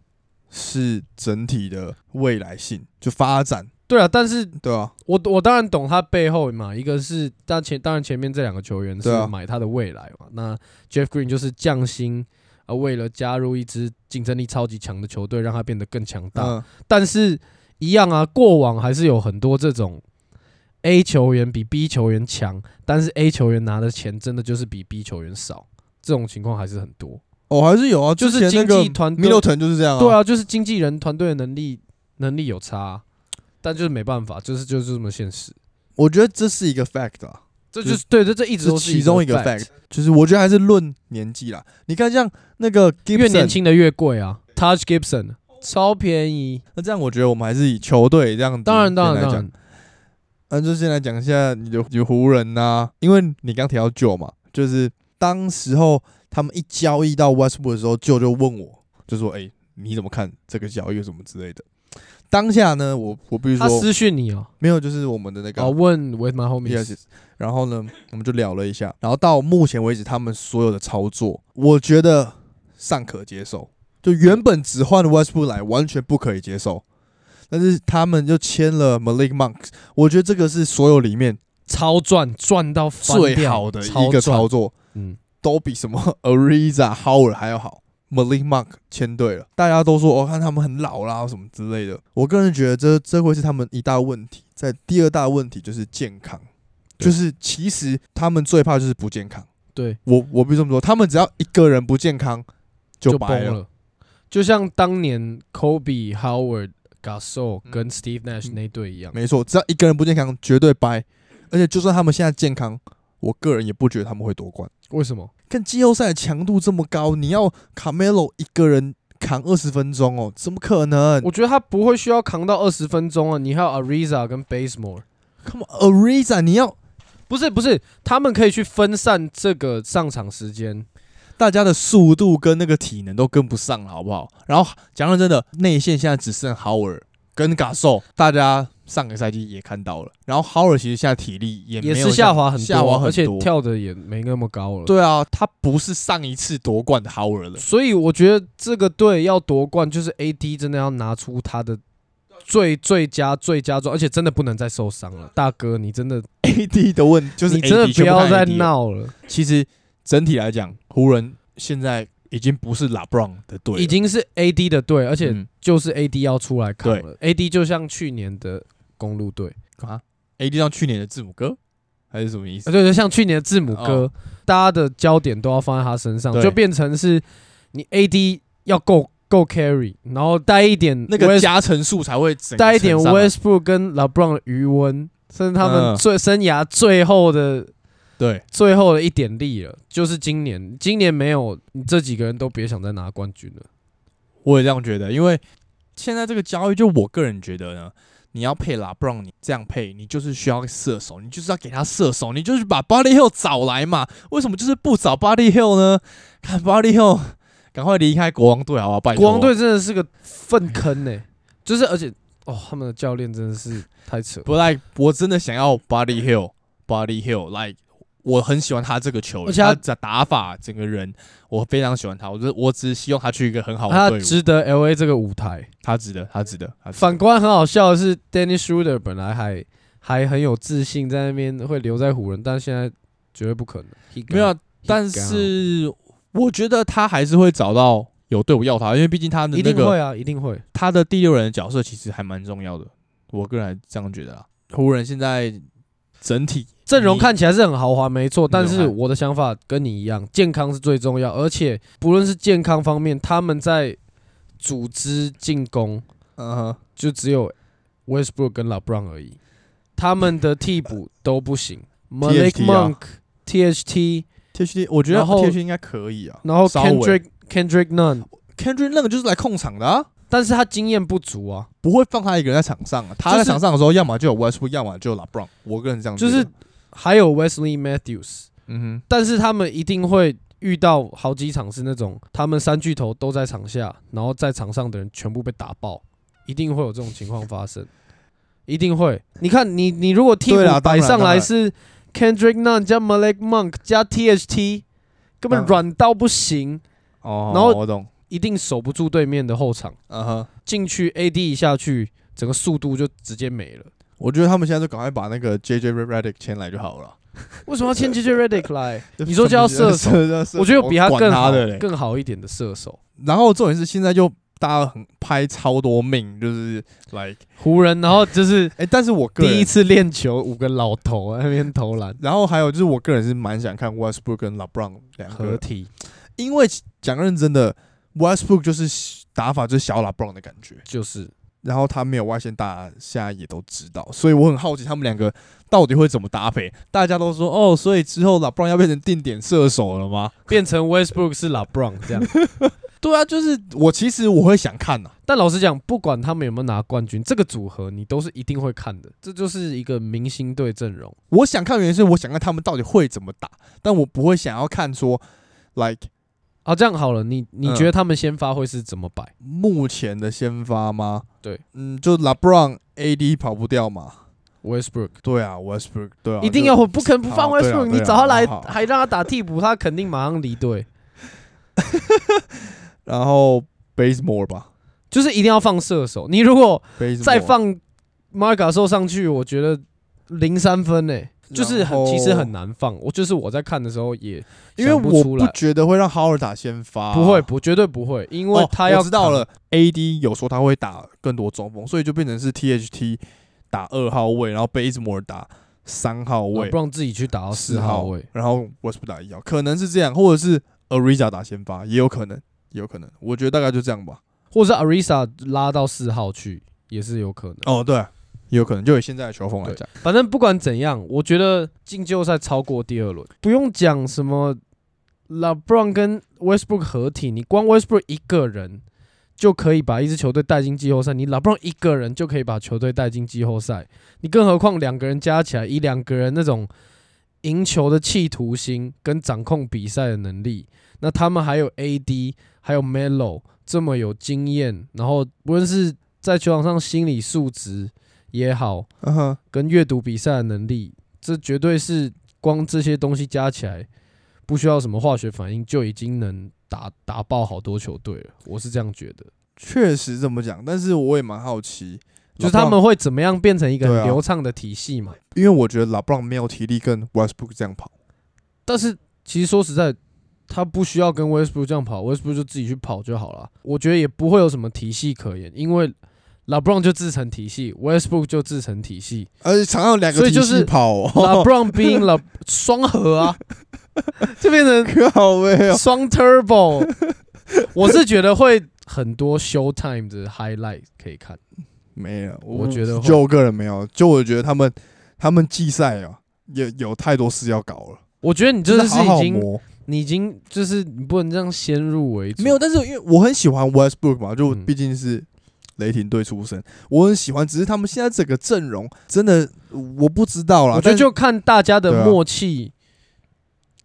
S2: 是整体的未来性，就发展，
S1: 对啊，但是
S2: 对啊，
S1: 我我当然懂他背后嘛，一个是但前当然前面这两个球员
S2: 对啊
S1: 是买他的未来嘛，那 Jeff Green 就是降薪，呃，为了加入一支竞争力超级强的球队，让他变得更强大。
S2: 嗯，
S1: 但是一样啊，过往还是有很多这种 A 球员比 B 球员强，但是 A 球员拿的钱真的就是比 B 球员少，这种情况还是很多。
S2: 哦，还是有啊，
S1: 就是
S2: 之前那个
S1: 经纪团队
S2: 米洛腾就是这样啊，
S1: 对啊，就是经纪人团队的能力能力有差啊、但就是没办法，就是就是这么现实。
S2: 我觉得这是一个 fact 啊，
S1: 这就是对对，这一直
S4: 是
S1: 都是
S4: 其中一个 fact，就是我觉得还是论年纪啦。你看像那个 Gibson，
S1: 越年轻的越贵啊。Touch Gibson 超便宜，
S4: 那这样我觉得我们还是以球队嗯这样子
S1: 当然当然
S4: 先
S1: 当
S4: 来讲
S1: 然，
S4: 那就先来讲一下你的你的湖人呐、因为你刚提到旧嘛，就是当时候他们一交易到 Westbrook 的时候，舅就问我，就说：“哎、你怎么看这个交易什么之类的？”当下呢，我我必须
S1: 他
S4: 说
S1: 私讯你哦，
S4: 没有，就是我们的那个
S1: 哦问 With my
S4: Yes，
S1: homies，
S4: 然后呢，我们就聊了一下，然后到目前为止，他们所有的操作，我觉得尚可接受。就原本只换 Westbrook 来，完全不可以接受。但是他们就签了 Malik Monk，我觉得这个是所有里面
S1: 超赚赚到翻掉
S4: 最好的一个操
S1: 赚，
S4: 作，
S1: 嗯，
S4: 都比什么 Ariza、Howard 还要好。Malik Monk 签对了，大家都说我、哦、看他们很老啦什么之类的。我个人觉得这这会是他们一大问题。在第二大问题就是健康，
S1: 对
S4: 就是其实他们最怕就是不健康。
S1: 对，
S4: 我我必须这么说，他们只要一个人不健康就
S1: 就
S4: 白
S1: 崩
S4: 了。
S1: 了。就像当年 Kobe、Howard、Gasol 跟 Steve Nash
S4: 嗯
S1: 那队一样，
S4: 没错，只要一个人不健康绝对掰。而且就算他们现在健康，我个人也不觉得他们会夺冠。
S1: 为什么？
S4: 看季后赛的强度这么高，你要卡梅罗一个人扛二十分钟哦，怎么可能
S1: 我觉得他不会需要扛到二十分钟啊！你还有 Ariza 跟 Basemore，
S4: ？Come on，Ariza，你要
S1: 不是不是，他们可以去分散这个上场时间。
S2: 大家的速度跟那个体能都跟不上了，好不好？然后讲认真的，内线现在只剩豪尔跟嘎兽，大家上个赛季也看到了。然后豪尔其实现在体力也没
S1: 也
S2: 有
S1: 是
S2: 像
S1: 下滑很多
S2: 下
S1: 啊，
S2: 滑
S1: 而
S2: 很
S1: 且
S2: 多。
S1: 跳的也没那么高了。，
S2: 对啊，他不是上一次夺冠的豪尔了。
S1: 所以我觉得这个队要夺冠，就是 AD 真的要拿出他的最最佳最佳状，而且真的不能再受伤了。大哥，你真的
S4: AD 的问题，
S2: 就是
S1: 你真的
S2: AD
S1: 不
S2: 全部
S1: 要
S2: 看
S1: 再
S2: AD 了。
S1: 闹了，
S2: 其实整体来讲，湖人现在已经不是拉布朗的队了，
S1: 已经是 AD 的队，而且
S2: 嗯
S1: 就是 AD 要出来扛了。AD 就像去年的公路队，
S2: 啊，AD 上去年的字母哥还是什么意思
S1: 啊，？对对，像去年的字母哥，
S2: 哦
S1: 大家的焦点都要放在他身上，
S2: 对
S1: 就变成是你 AD 要够够 carry，然后带一点
S2: 那个
S1: West-
S2: 加成数才会整个
S1: 带一点
S2: 乘上来啊
S1: Westbrook 跟 LeBron 的余温，甚至他们
S2: 嗯
S1: 最生涯最后的
S2: 对
S1: 最后的一点力了，就是今年，今年没有你这几个人都别想再拿冠军了。
S2: 我也这样觉得，因为现在这个交易，就我个人觉得呢，你要配拉布朗，你这样配，你就是需要射手，你就是要给他射手，你就是把 Body Hill 找来嘛。为什么就是不找 Body Hill 呢？看 Body Hill，赶快离开国王队，好不好？拜托
S1: 国王队真的是个粪坑 呢、就是而且哦，他们的教练真的是太扯了。
S2: 不 like，我真的想要 Body Hill，Body Hill，like 我很喜欢他这个球员，
S1: 而且他
S2: 的打法，整个人我非常喜欢他。我只我只希望他去一个很好的
S1: 他
S2: 队伍，
S1: 值得 L A 这个舞台。
S2: 他值得，他值得。他值得
S1: 反观很好笑的是，Danny Schroeder 本来还还很有自信在那边会留在湖人，但现在绝对不可能。He gone
S2: 没有啊，但是我觉得他还是会找到有队伍要他，因为毕竟他的
S1: 一
S2: 那
S1: 定
S2: 个
S1: 会啊，一定会。
S2: 他的第六人的角色其实还蛮重要的，我个人还这样觉得啦。湖人现在整体
S1: 阵容
S2: 你
S1: 看起来是很豪华，没错，但
S2: 你
S1: 是
S2: 有看
S1: 我的想法跟你一样，健康是最重要，而且不论是健康方面，他们在组织进攻
S4: 嗯哼，
S1: 就只有 Westbrook 跟 LeBron 而已，他们的替补都不 行，Malik
S4: THT 啊
S1: Monk、THT，
S4: t h 我觉得
S1: 然后
S4: t h 应该可以啊。
S1: 然后
S2: 稍微
S1: Kendrick Kendrick Nunn，
S4: Kendrick 那个就是来控场的啊，
S1: 但是他经验不足啊，
S4: 不会放他一个人在场上啊。他在场上的时候，要么就有 Westbrook，要么就有 LeBron。我个人这样觉
S1: 就
S4: 得
S1: 是还有 Wesley Matthews，
S4: 嗯
S1: 但是他们一定会遇到好几场是那种他们三巨头都在场下，然后在场上的人全部被打爆，一定会有这种情况发生，一定会。你看，你你如果替补
S4: 对啦当
S1: 摆
S4: 然
S1: 上
S4: 当
S1: 来
S4: 然
S1: 是 Kendrick Nunn 加 Malik Monk 加 THT，根本
S4: 当然
S1: 软到不行，
S2: 哦，
S1: 然后
S2: 我懂，
S1: 一定守不住对面的后场，
S4: 哼，嗯哼。
S1: 进去 AD 一下去，整个速度就直接没了。
S4: 我觉得他们现在就赶快把那个 JJ Redick 签来就好了。
S1: 为什么要签 JJ Redick 来？你说就要射手
S4: 射手
S1: 我觉得有比他
S2: 管
S1: 更
S2: 他
S1: 好
S2: 的嘞
S1: 更好一点的射手，
S4: 然后重点是现在就大家很拍超多命，就是来，
S1: 湖人，然后就是。
S4: 哎、但是我个人
S1: 第一次练球，五个老头在那边投篮
S4: 然后还有就是我个人是蛮想看 Westbrook 跟 LeBron 两
S1: 合
S4: 个，
S1: 体，
S4: 因为讲认真的，Westbrook 就是打法就是小 LeBron 的感觉，
S1: 就是
S4: 然后他没有外线，大家现在也都知道，
S2: 所以我很好奇他们两个到底会怎么搭配。大家都说哦，所以之后拉布朗要变成定点射手了吗？
S1: 变成 Westbrook 是 LeBron 这样。
S2: 对啊，就是我其实我会想看啊呐、
S1: 但老实讲，不管他们有没有拿冠军，这个组合你都是一定会看的，这就是一个明星队阵容。
S2: 我想看原因是我想看他们到底会怎么打，但我不会想要看说，like
S1: 好，这样好了，你你
S2: 嗯
S1: 觉得他们先发会是怎么摆？
S2: 目前的先发吗？
S1: 对，
S2: 嗯，就 LeBron AD 跑不掉嘛。
S1: Westbrook
S2: 对啊，Westbrook，对啊，
S1: 一定
S2: 就
S1: 要我不肯不放
S2: 好对啊
S1: Westbrook，
S2: 对
S1: 你
S2: 啊
S1: 找他来
S2: 好好
S1: 还让他打替补，他肯定马上离队，
S2: 然后 Basemore 吧
S1: 就是一定要放射手。你如果
S2: ，Basemore
S1: 再放 m a r g a 受上去，我觉得零三分欸呢、就是
S2: 然
S1: 很
S2: 后
S1: 其实很难放。我就是我在看的时候也
S2: 因为
S1: 想
S2: 我
S1: 出
S2: 不
S1: 来，
S2: 觉得会让 Howard 打先发啊、
S1: 不会不绝对不会，因为
S2: 哦
S1: 他要
S2: 我知道
S1: 扛
S2: 了，AD 有说他会打更多中锋，所以就变成是 THT 打二号位，然后 Basemore 打三号位
S1: 不、让自己去打到四
S2: 四
S1: 号欸
S2: 号
S1: 位。
S2: 然后 Westbrook 打一号，可能是这样，或者是 Ariza 打先发，也有可能，也有可能，我觉得大概就这样吧。
S1: 或者是 Arisa 拉到四号去也是有可能。
S2: 哦，对、也有可能，就以现在的球风来
S1: 对
S2: 讲，
S1: 反正不管怎样，我觉得进季后赛超过第二轮，不用讲什么 LeBron 跟 Westbrook 合体，你光 Westbrook 一个人就可以把一支球队带进季后赛，你 LeBron 一个人就可以把球队带进季后赛，你更何况两个人加起来，以两个人那种赢球的企图心跟掌控比赛的能力，那他们还有 AD 还有 Melo 这么有经验，然后无论是在球场上心理素质也好。
S4: 嗯哼，
S1: 跟阅读比赛的能力，这绝对是光这些东西加起来，不需要什么化学反应就已经能打打爆好多球队了。我是这样觉得，
S4: 确实这么讲，但是我也蛮好奇，
S1: 就是他
S4: LeBron-
S1: 们会怎么样变成一个
S4: 对
S1: 很
S4: 啊
S1: 流畅的体系嘛？
S4: 因为我觉得 LeBron 没有体力跟 Westbrook 这样跑，
S1: 但是其实说实在，他不需要跟 Westbrook 这样跑，Westbrook 就自己去跑就好了。我觉得也不会有什么体系可言，因为 LeBron 就自成体系，Westbrook 就自成体系。
S4: 而且场上两个
S1: 所以
S4: 体
S1: 就
S4: 系
S1: 是
S4: 跑、哦，
S1: LeBron 并 Le 双核啊， 就变成
S4: 靠哦没有，
S1: 双 Turbo，我是觉得会很多 Showtime 的 highlight 可以看。
S4: 没有，
S1: 我觉得会
S4: 就我个人没有，就我觉得他们他们季赛啊，也有太多事要搞了，
S1: 我觉得你
S4: 就
S1: 真的
S4: 是
S1: 是
S4: 好
S1: 已
S4: 好
S1: 经，
S4: 磨。
S1: 你已经就是你不能这样先入为主。
S4: 没有，，但是因为我很喜欢 Westbrook 嘛，就
S1: 嗯
S4: 毕竟是雷霆队出身，我很喜欢。只是他们现在整个阵容真的我不知道啦，
S1: 我觉得
S4: 但是
S1: 就看大家
S4: 对
S1: 的
S4: 啊
S1: 默契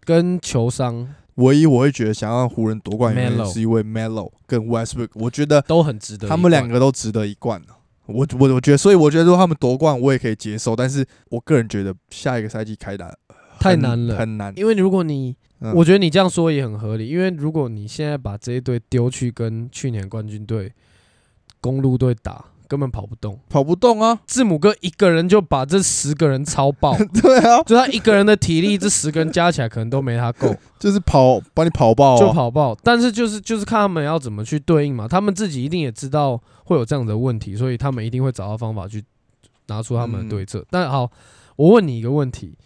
S1: 跟球商
S4: 唯一我会觉得想让湖人夺冠，原因
S1: Melo
S4: 是因为 Melo 跟 Westbrook，我觉得
S1: 都很值得一
S4: 啊他
S1: 观。
S4: 们两个都值得一冠啊我我我觉得，所以我觉得如果他们夺冠，我也可以接受。但是我个人觉得下一个赛季开打
S1: 太
S4: 很
S1: 难了，
S4: 很难。
S1: 因为如果你
S4: 嗯
S1: 我觉得你这样说也很合理，因为如果你现在把这一队丢去跟去年冠军队、公路队打，根本跑不动。
S4: 跑不动啊，
S1: 字母哥一个人就把这十个人超爆，
S4: 对啊，
S1: 就他一个人的体力，这十个人加起来可能都没他够，
S4: 就是跑把你跑爆、啊，
S1: 就跑爆。但是就是就是看他们要怎么去对应嘛，他们自己一定也知道会有这样的问题，所以他们一定会找到方法去拿出他们的对策。
S4: 嗯
S1: 但好，我问你一个问题，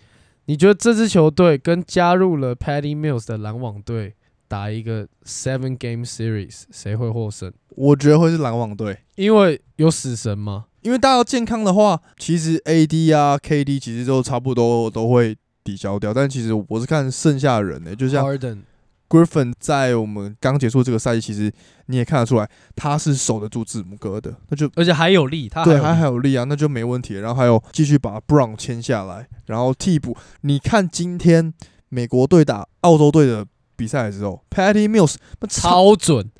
S1: 你觉得这支球队跟加入了 Patty Mills 的篮网队打一个 Seven Game Series，谁会获胜？
S4: 我觉得会是篮网队，
S1: 因为有死神吗？
S4: 因为大家要健康的话，其实 AD 啊、KD 其实都差不多都会抵消掉。但其实我是看剩下的人欸呢、就像
S1: Harden，
S4: Griffin 在我们刚结束这个赛季，其实你也看得出来，他是守得住字母哥的，那就
S1: 而且还有力，他还
S4: 对
S1: 有
S4: 他
S1: 力
S4: 还有力啊，那就没问题。然后还有继续把 Brown 签下来，然后替补。你看今天美国队打澳洲队的比赛的时候，Patty Mills 那超
S1: 超准，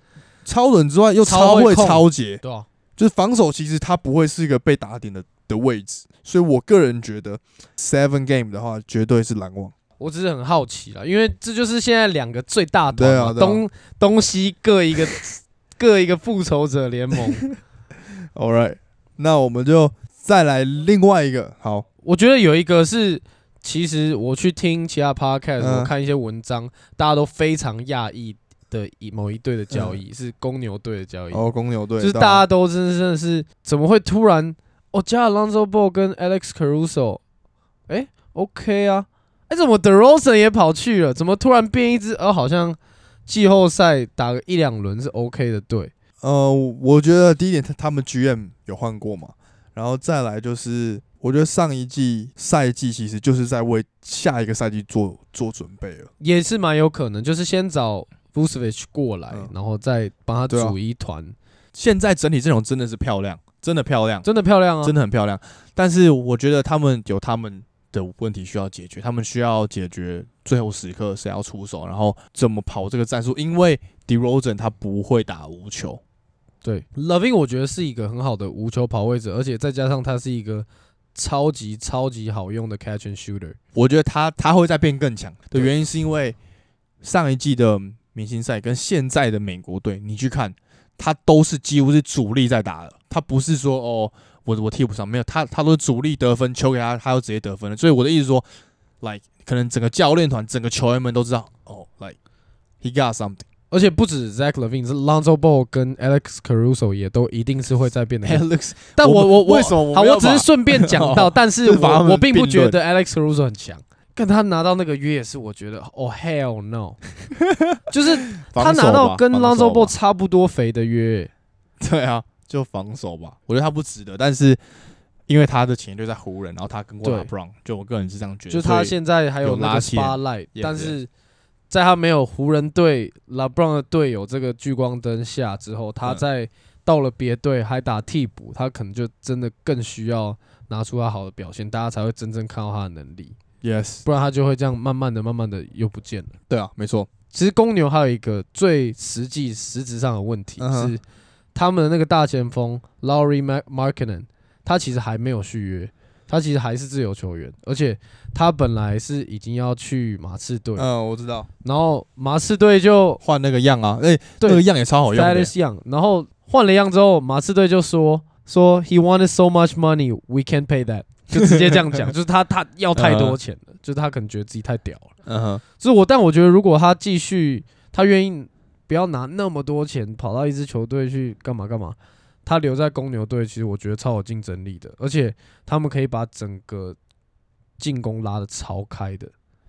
S4: 超人之外又
S1: 超
S4: 超
S1: 会
S4: 会
S1: 控
S4: 超节，
S1: 对啊，
S4: 就是防守其实他不会是一个被打点的的位置，所以我个人觉得 seven game 的话，绝对是篮网。
S1: 我只是很好奇啦，因为这就是现在两个最大团嘛、
S4: 对啊对啊
S1: 东东西各一个 各一个复仇者联盟。
S4: All right，那我们就再来另外一个，好，
S1: 我觉得有一个是，其实我去听其他 podcast，、
S4: 嗯
S1: 我看一些文章，大家都非常讶异的一某一队的交
S4: 嗯
S1: 易、是公牛队的交易，
S4: 哦，公牛队
S1: 就是大
S4: 到
S1: 家都真的真的是怎么会突然哦加了 Lonzo Ball 跟 Alex Caruso，哎、o k 啊，哎、怎么 DeRozan 也跑去哦了？怎么突然变一支？呃，好像季后赛打个一两轮是 OK 的队，
S4: 呃，我觉得第一点，他他们 GM 有换过嘛，然后再来就是，我觉得上一季赛季其实就是在为下一个赛季做做准备了。
S1: 也是蛮有可能，就是先找 Vucevic 过来，
S4: 嗯
S1: 然后再帮他
S4: 对啊
S1: 组一团，
S2: 现在整体阵容真的是漂亮，真的漂亮，
S1: 真的漂亮啊！
S2: 真的很漂亮。但是我觉得他们有他们的问题需要解决，他们需要解决最后时刻谁要出手，然后怎么跑这个战术。因为 DeRozan 他不会打无球，
S1: 对，Loving 我觉得是一个很好的无球跑位者，而且再加上他是一个超级超级好用的 catch and shooter。
S2: 我觉得他他会再变更强的
S1: 对
S2: 原因是因为上一季的明星赛跟现在的美国队，你去看，他都是几乎是主力在打的，他不是说哦我我替补上没有，他他都是主力得分，球给他他就直接得分了。所以我的意思说，like 可能整个教练团、整个球员们都知道哦，like he got something。
S1: 而且不止 Zach Levine，是 Lonzo Ball 跟 Alex Caruso 也都一定是会再变得更。
S2: Alex，
S1: 但我我我
S2: 为什哎么我
S1: 好，
S2: 没有
S1: 我只是
S2: 把
S1: 顺便讲到，
S2: 哦
S1: 但是
S2: 就是把他
S1: 我
S2: 们
S1: 我并不
S2: 并
S1: 觉
S2: 论
S1: 得 Alex Caruso 很强。但他拿到那个约也是，我觉得哦 hell no，就是他
S2: 防守
S1: 拿到
S2: 吧
S1: 跟
S2: 防
S1: Lonzo
S2: 守
S1: Ball
S2: 吧
S1: 差不多肥的约、
S2: 对啊，就防守吧，我觉得他不值得，但是。因为他的前队在湖人，然后他跟过
S1: 对
S2: l b r o n 就我个人是这样觉得，
S1: 就
S2: 所
S1: 他
S2: 以
S1: 现在还有
S2: 有
S1: 那个
S2: 拉线
S1: spotlight，
S2: 也
S1: 但是在他没有湖人队 LeBron 的队友这个聚光灯下之后，他
S2: 嗯
S1: 在到了别队还打替补，他可能就真的更需要拿出他好的表现，大家才会真正看到他的能力，
S2: Yes，
S1: 不然他就会这样慢慢的、慢慢的又不见了。
S2: 对啊，没错，
S1: 其实公牛还有一个最实际、实质上的问题、
S4: 嗯哼
S1: 是，他们的那个大前锋 Laurie Mark Markkinen，他其实还没有续约，他其实还是自由球员，而且他本来是已经要去马刺队，
S4: 嗯，我知道，
S1: 然后马刺队就
S2: 换那个样啊，哎、
S1: 对
S2: 那个样也超好用
S1: t a t
S2: 的
S1: i，s Young，然后换了样之后，马刺队就说说 He wanted so much money, we can't pay that，就直接这样讲，就是他他要太多钱了，就是他可能觉得自己太屌了。
S2: 嗯哼，
S1: 就是我，但我觉得如果他继续，他愿意不要拿那么多钱跑到一支球队去干嘛干嘛，他留在公牛队，其实我觉得超有竞争力的，而且他们可以把整个进攻拉的超开的，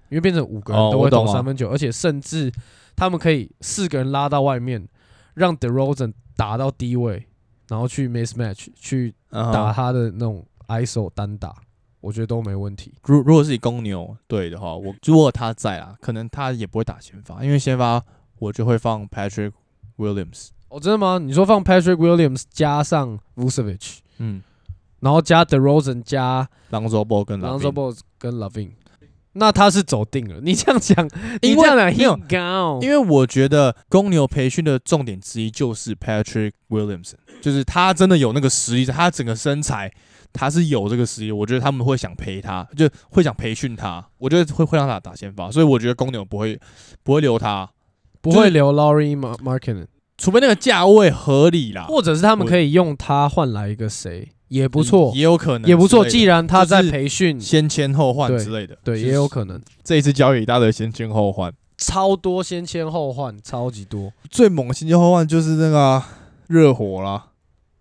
S1: 因为变成五个人
S2: 哦
S1: 都
S2: 我
S1: 会投
S2: 懂啊
S1: 三分球，而且甚至他们可以四个人拉到外面，让 DeRozan 打到低位，然后去 mismatch 去
S2: 嗯哼
S1: 打他的那种 ISO 单打，我觉得都没问题。
S2: 如如果是以公牛队的话，我如果他在啊，可能他也不会打先发，因为先发我就会放 Patrick Williams，
S1: 哦，真的吗？你说放 Patrick Williams 加上 Vucevic，
S2: 嗯，
S1: 然后加 DeRozan 加
S2: l o n z o Ball 跟
S1: Lonzo
S2: Lavin
S1: Ball 跟 Lavin，那他是走定了。你 这样讲，你
S2: 因为
S1: 这样讲
S2: 没有
S1: ，He gone，
S2: 因为我觉得公牛培训的重点之一就是 Patrick Williams，就是他真的有那个实力，他整个身材他是有这个实力，我觉得他们会想培他，就会想培训他，我觉得会会让他打先发，所以我觉得公牛不会不会留他，
S1: 不
S2: 就
S1: 会
S2: 是
S1: 留 Laurie Mar- Markkinen，
S2: 除非那个价位合理啦，嗯
S1: 或者是他们
S2: 我
S1: 可以用他换来一个谁也不错，
S2: 嗯也有可能
S1: 也不错。
S2: 之类的
S1: 既然他在
S2: 就是
S1: 培训，
S2: 先签后换
S1: 对
S2: 之类的，
S1: 对，
S2: 就是
S1: 也有可能
S2: 这一次交易一大堆先签后换，
S1: 超多先签后换，超级多。
S4: 最猛的新交换就是那个啊热火啦，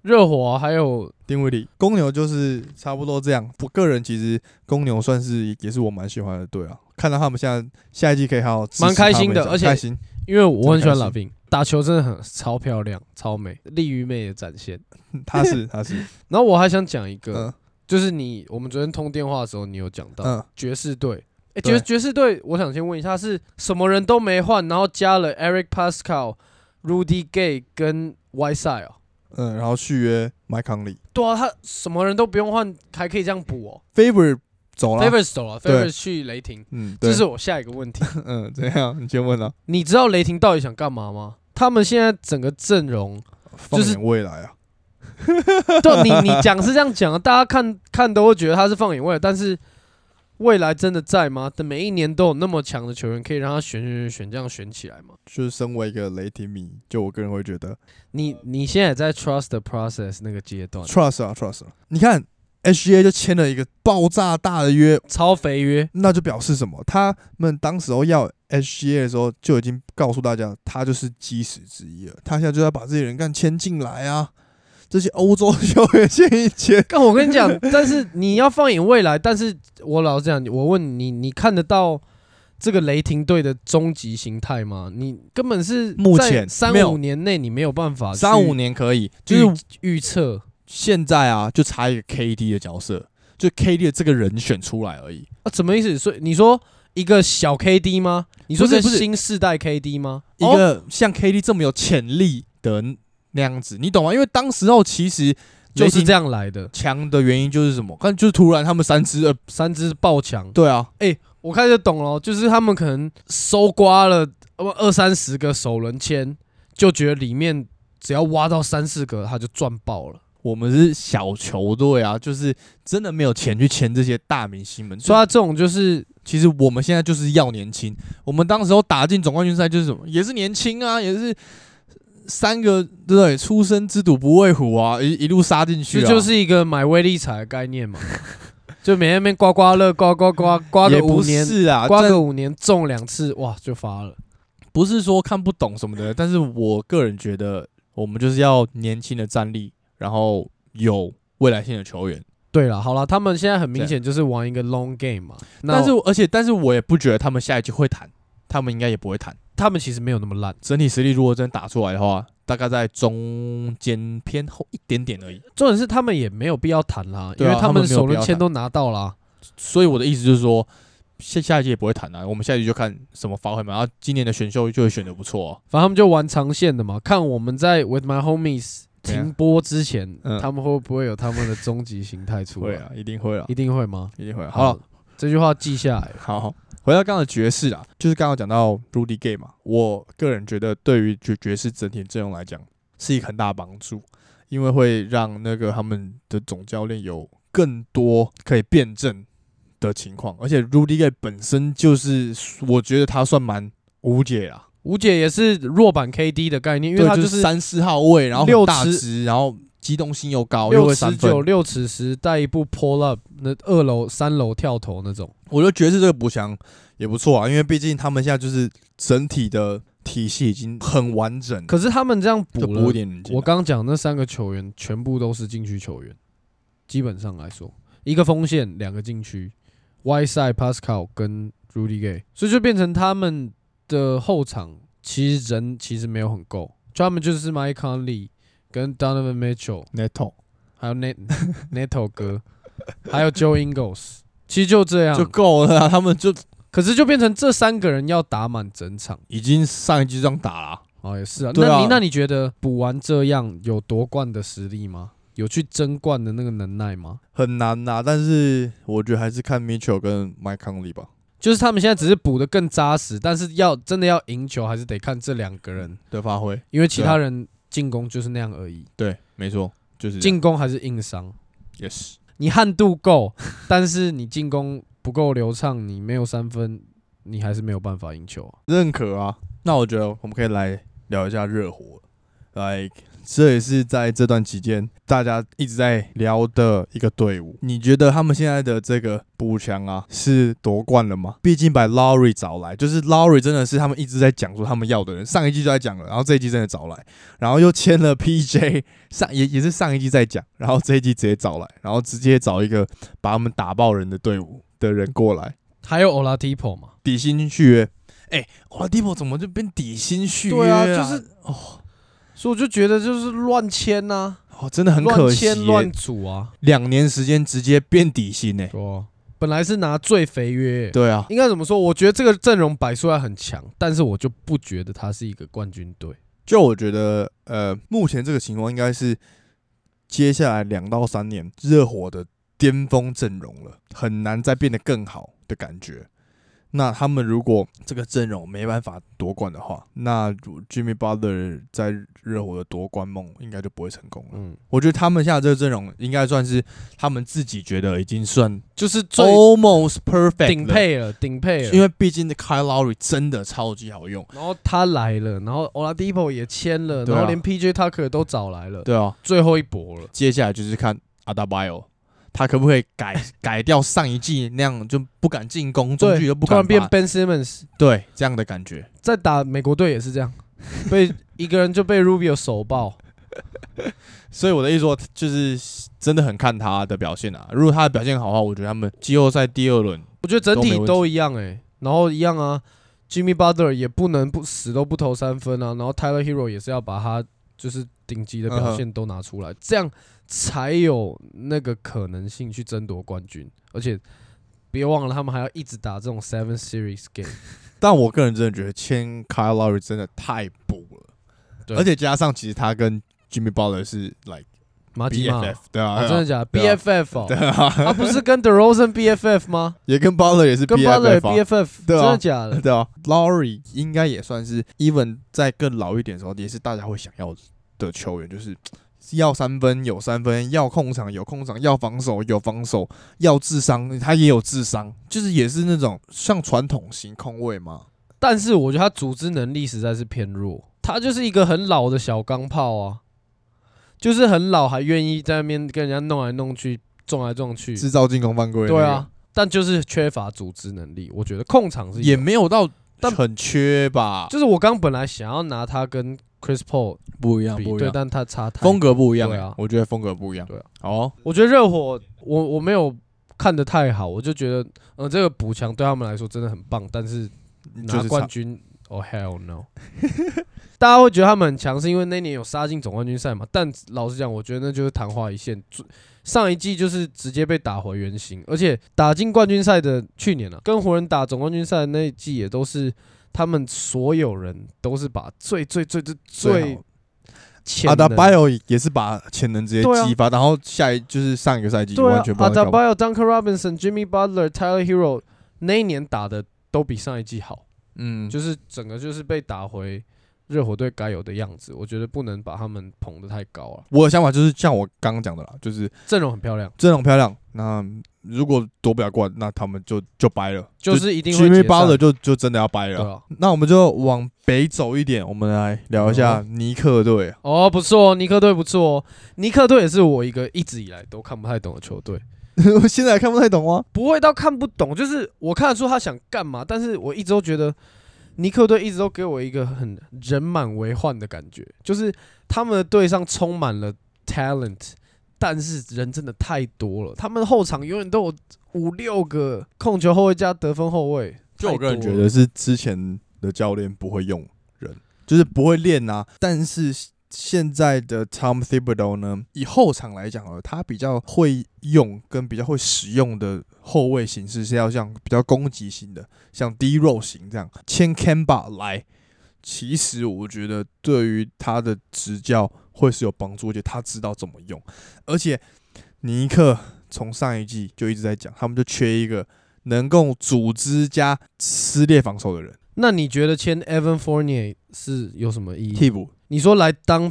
S1: 热火啊还有
S4: 丁威迪，公牛就是差不多这样。我个人其实公牛算是也是我蛮喜欢的队啊，看到他们现在下一季可以好好支持
S1: 蛮开心的
S4: 他们一下
S1: 而且
S4: 开心。
S1: 因为我很喜欢
S4: 真
S1: Lavin，打球真的很超漂亮，超美，利于妹的展现。
S4: 他是 他是，
S1: 然后我还想讲一个，
S4: 嗯
S1: 就是你我们昨天通电话的时候，你有讲到、
S4: 嗯，
S1: 爵士队。诶，
S4: 对
S1: 爵爵士队，我想先问一下，是什么人都没换，然后加了 Eric Pascal、Rudy Gay 跟 Whiteside 哦？
S4: 嗯，然后续约麦康利
S1: 对啊，他什么人都不用换，还可以这样补哦。
S4: ，Favor 走了
S1: f a，v o r s 走了 f
S4: 啊对
S1: a v o r s 去雷霆，
S4: 嗯，对
S1: 这，是我下一个问题。
S4: 嗯，怎样？你先问啊，
S1: 你知道雷霆到底想干嘛吗？他们现在整个阵容，
S4: 放
S1: 就是
S4: 眼未来啊，
S1: 对啊你你讲是这样讲啊，大家看看都会觉得他是放眼未来，但是未来真的在吗？等每一年都有那么强的球员可以让他选选选选这样选起来吗？
S4: 就是身为一个雷霆迷，就我个人会觉得
S1: 你你现在也在 trust the process 那个阶段，
S4: trust 啊 trust 啊，你看 HGA 就签了一个爆炸大的约，
S1: 超肥约，
S4: 那就表示什么？他们当时候要 SGA 的时候，就已经告诉大家，他就是基石之一了。他现在就要把这些人干签进来啊，这些欧洲球员签一签。
S1: 但我跟你讲，但是你要放眼未来，但是我老实讲，我问你，你看得到这个雷霆队的终极形态吗？你根本是
S2: 目前
S1: 三
S2: 没有
S1: 五年内你没有办法
S2: 三五
S1: 啊去
S2: 年可以，就是
S1: 预预测
S2: 现在啊，就差一个 KD 的角色，就 KD 的这个人选出来而已。
S1: 啊，什么意思？所以你说一个小 KD 吗？你说
S2: 不
S1: 这
S2: 是不是
S1: 新世代 KD 吗？
S2: 一
S1: 哦
S2: 个像 KD 这么有潜力的那样子，你懂吗？因为当时候其实
S1: 就是这样来的，
S2: 强的原因就是什么？看，就是突然他们三支，呃，
S1: 三支爆强。
S2: 对啊，
S1: 我开始懂了，哦就是他们可能搜刮了呃二三十个首轮签，就觉得里面只要挖到三四个，他就赚爆了。
S2: 我们是小球队啊，就是真的没有钱去签这些大明星们。
S1: 所以
S2: 所以
S1: 他这种就是
S2: 其实我们现在就是要年轻。我们当时候打进总冠军赛就是什么，也是年轻啊，也是三个对不对？出生之犊不畏虎啊，一一路杀进去、
S1: 这
S2: 啊，
S1: 就是一个买威力彩的概念嘛， 就每天在那边刮刮乐，刮刮 刮刮
S2: 也
S1: 个
S2: 不
S1: 五年，
S2: 是啊，
S1: 刮
S2: 但
S1: 个五年中两次，哇就发了。
S2: 不是说看不懂什么的，但是我个人觉得我们就是要年轻的战力，然后有未来性的球员。
S1: 对了，好了，他们现在很明
S2: 这
S1: 显就是玩一个 long game 嘛，那
S2: 但是而且但是我也不觉得他们下一季会谈，他们应该也不会谈。
S1: 他们其实没有那么烂。
S2: 整体实力如果真打出来的话，大概在中间偏后一点点而已。
S1: 重点是他们也没有必要谈啦，因
S2: 对啊
S1: 为
S2: 他们
S1: 们
S2: 没有
S1: 首
S2: 必要
S1: 轮签
S2: 谈
S1: 都拿到啦。
S2: 所以我的意思就是说，下下一季也不会谈啊，我们下一季就看什么发挥嘛。然后今年的选秀就会选的不错、哦，
S1: 反正他们就玩长线的嘛，看我们在 With My Homies
S2: 对啊
S1: 停播之前，
S2: 嗯
S1: 他们会不会有他们的终极形态出来？，
S2: 一定会啊，
S1: 一定会吗？
S2: 一定会啊。好了，
S1: 这句话记下来。
S2: 好，回到刚刚的爵士啊，就是刚刚讲到 Rudy Gay 嘛，我个人觉得对于爵爵士整体阵容来讲是一个很大的帮助，因为会让那个他们的总教练有更多可以辩证的情况，而且 Rudy Gay 本身就是我觉得他算蛮无解啊，
S1: 吴姐也是弱版 KD 的概念，因为
S2: 对
S1: 他
S2: 就是
S1: 是
S2: 三四号位，然后
S1: 六
S2: 很大
S1: 尺
S2: 只，然后机动性又高，又
S1: 六
S2: 会
S1: 尺
S2: 三
S1: 九、
S2: 分。
S1: 六尺十，带一步 pull up，那二楼、三楼跳投那种。
S2: 我觉得爵士这个补强也不错啊，因为毕竟他们现在就是整体的体系已经很完整了。
S1: 可是他们这样
S2: 嗯就
S1: 补
S2: 补
S1: 了
S2: 一，点人进来
S1: 我刚讲那三个球员全部都是禁区球员，基本上来说，一个锋线，两个禁区 y s i d Pascal 跟 Rudy Gay，所以就变成他们的后场其实人其实没有很够，就他们就是 Mike Conley 跟 Donovan Mitchell，
S2: Neto
S1: 还有 Net Neto 哥，还有 Joe Ingles，其实就这样
S2: 就。够了啊，他们就
S1: 可是就变成这三个人要打满整场
S2: 已经上一季这样打了啊、
S1: 哦，也是啊。
S2: 对啊
S1: 那你那你觉得补完这样有夺冠的实力吗？有去争冠的那个能耐吗？
S2: 很难呐、但是我觉得还是看 Mitchell 跟 Mike Conley 吧。
S1: 就是他们现在只是补的更扎实，但是要真的要赢球，还是得看这两个人，
S2: 的发挥，
S1: 因为其
S2: 对啊
S1: 他人进攻就是那样而已，
S2: 对，啊没错，就是
S1: 进攻还是硬伤。
S2: yes，
S1: 你悍度够， 但是你进攻不够流畅，你没有三分，你还是没有办法赢球啊。
S2: 认可啊。那我觉得我们可以来聊一下热火，like 这也是在这段期间大家一直在聊的一个队伍。你觉得他们现在的这个补强啊，是夺冠了吗？毕竟把 Lowry 找来，就是 Lowry 真的是他们一直在讲说他们要的人，上一季就在讲了，然后这一季真的找来，然后又签了 PJ，上也也是上一季在讲，然后这一季直接找来，然后直接找一个把他们打爆人的队伍的人过来。
S1: 还有 Oladipo 嘛，
S2: 底薪续约。哎、华迪博怎么就变底薪续约、
S1: 对
S2: 啊
S1: 啊，，就是
S2: 哦
S1: 所以我就觉得就是乱签呐，
S2: 哦，真的很可
S1: 乱
S2: 惜耶、
S1: 签乱组啊，
S2: 两年时间直接变底薪呢、
S1: 对啊本来是拿最肥约、
S2: 对啊，
S1: 应该怎么说？我觉得这个阵容摆出来很强，但是我就不觉得他是一个冠军队。
S2: 就我觉得，呃，目前这个情况应该是接下来两到三年热火的巅峰阵容了，很难再变得更好的感觉。那他们如果这个阵容没办法夺冠的话，那 Jimmy Butler 在热火的夺冠梦应该就不会成功了。
S1: 嗯，
S2: 我觉得他们现在这个阵容应该算是他们自己觉得已经算
S1: 就是最
S2: almost perfect
S1: 顶
S2: 了，
S1: 配了，顶配了。
S2: 因为毕竟 Kyle Lowry 真的超级好用。
S1: 然后他来了，然后 Oladipo 也签了，
S2: 对啊
S1: 然后连 PJ Tucker 都找来了，
S2: 对啊，
S1: 最后一搏了。
S2: 接下来就是看 Adabio 他可不可以 改改掉上一季那样就不敢进攻，中距
S1: 对
S2: 又，不
S1: 突
S2: 敢
S1: 然变
S2: 发
S1: Ben Simmons，
S2: 对这样的感觉。
S1: 在打美国队也是这样，被一个人就被 Rubio 手爆。
S2: 所以我的意思说，就是真的很看他的表现啊。如果他的表现好的话，我觉得他们季后赛第二轮
S1: 我觉得整
S2: 都没
S1: 体
S2: 问题
S1: 都一样哎、然后一样啊，Jimmy Butler 也不能不死都不投三分啊，然后 Tyler Hero 也是要把他就是顶级
S2: 嗯
S1: 的表现都拿出来，这样才有那个可能性去争夺冠军。而且别忘了，他们还要一直打这种 Seven Series Game。
S2: 但我个人真的觉得签 Kyle Lowry 真的太补了，
S1: 对
S2: 而且加上其实他跟 Jimmy Butler 是 like
S1: 马吉马，
S2: BFF，对啊，
S1: 啊真的假的
S2: 对啊
S1: ？BFF
S2: 对
S1: 哦，
S2: 啊，
S1: 他不是跟 The Rosen BFF 吗？
S2: 也跟 Butler 也是
S1: 跟 Butler
S2: BFF 啊
S1: BFF，真
S2: 对啊
S1: 的假的？
S2: 对啊，Lowry 应该也算是 even 在更老一点的时候，也是大家会想要的球员，就是要三分有三分，要控场有控场，要防守有防守，要智商他也有智商，就是也是那种像传统型控卫嘛。
S1: 嗯但是我觉得他组织能力实在是偏弱，他就是一个很老的小钢炮啊，就是很老还愿意在那边跟人家弄来弄去、撞来撞去，
S2: 制造进攻犯规、
S1: 对啊，，但就是缺乏组织能力。我觉得控场是
S2: 也
S1: 有，
S2: 没有到
S1: 但
S2: 很缺吧，
S1: 就是我刚本来想要拿他跟 Chris Paul
S2: 不一样
S1: 比，对，，但他差太
S2: 啊风格不一样、
S1: 对
S2: 欸
S1: 啊
S2: 我觉得风格不一样，
S1: 对啊，
S2: 哦，
S1: 我觉得热火，我我没有看得太好，我就觉得，嗯、这个补强对他们来说真的很棒，但是
S2: 就
S1: 拿
S2: 是
S1: 冠
S2: 差
S1: 军，哦、hell no！大家会觉得他们很强，是因为那年有杀进总冠军赛嘛？但老实讲，我觉得那就是昙花一现。最上一季就是直接被打回原形，而且打进冠军赛的去年啊，跟湖人打总冠军赛的那一季也都是他们所有人都是把最最最最
S2: 最
S1: 最
S2: 好
S1: 潜
S2: 阿达
S1: 能
S2: 巴友也是把潜能直接
S1: 对啊
S2: 激发，然后下一就是上一个赛季
S1: 对啊
S2: 完全不知道在干嘛
S1: Adebayo、Duncan Robinson、Jimmy Butler、Tyler Hero 那一年打的都比上一季好，
S2: 嗯，
S1: 就是整个就是被打回热火队该有的样子。我觉得不能把他们捧得太高啊，
S2: 我的想法就是像我刚刚讲的啦，就是
S1: 阵容很漂亮，
S2: 阵容漂亮，那如果夺不了冠，那他们就就掰了，
S1: 就是一定会
S2: Jimmy
S1: 解散
S2: Butler 就就真的要掰
S1: 对
S2: 了。
S1: 啊。
S2: 那我们就往北走一点，我们来聊一下尼克队。
S1: 哦，不错哦，尼克队不错哦，尼克队也是我一个一直以来都看不太懂的球队，
S2: 我现在还看不太懂啊吗？
S1: 不会到看不懂，就是我看得出他想干嘛，但是我一直都觉得尼克队一直都给我一个很人满为患的感觉，就是他们的队上充满了 talent，但是人真的太多了，他们后场永远都有五六个控球后卫加得分后卫，
S2: 就我个人
S1: 太多
S2: 觉
S1: 了
S2: 得是之前的教练不会用人，就是不会练啊。但是现在的 Tom Thibodeau 呢，以后场来讲了，他比较会用跟比较会使用的后卫形式是要像比较攻击型的，像 D row 型这样签 Camba 来。其实我觉得对于他的执教会是有帮助，而且他知道怎么用。而且尼克从上一季就一直在讲，他们就缺一个能够组织加撕裂防守的人，
S1: 那你觉得签 Evan Fournier 是有什么意义？
S2: 替补。
S1: 你说来当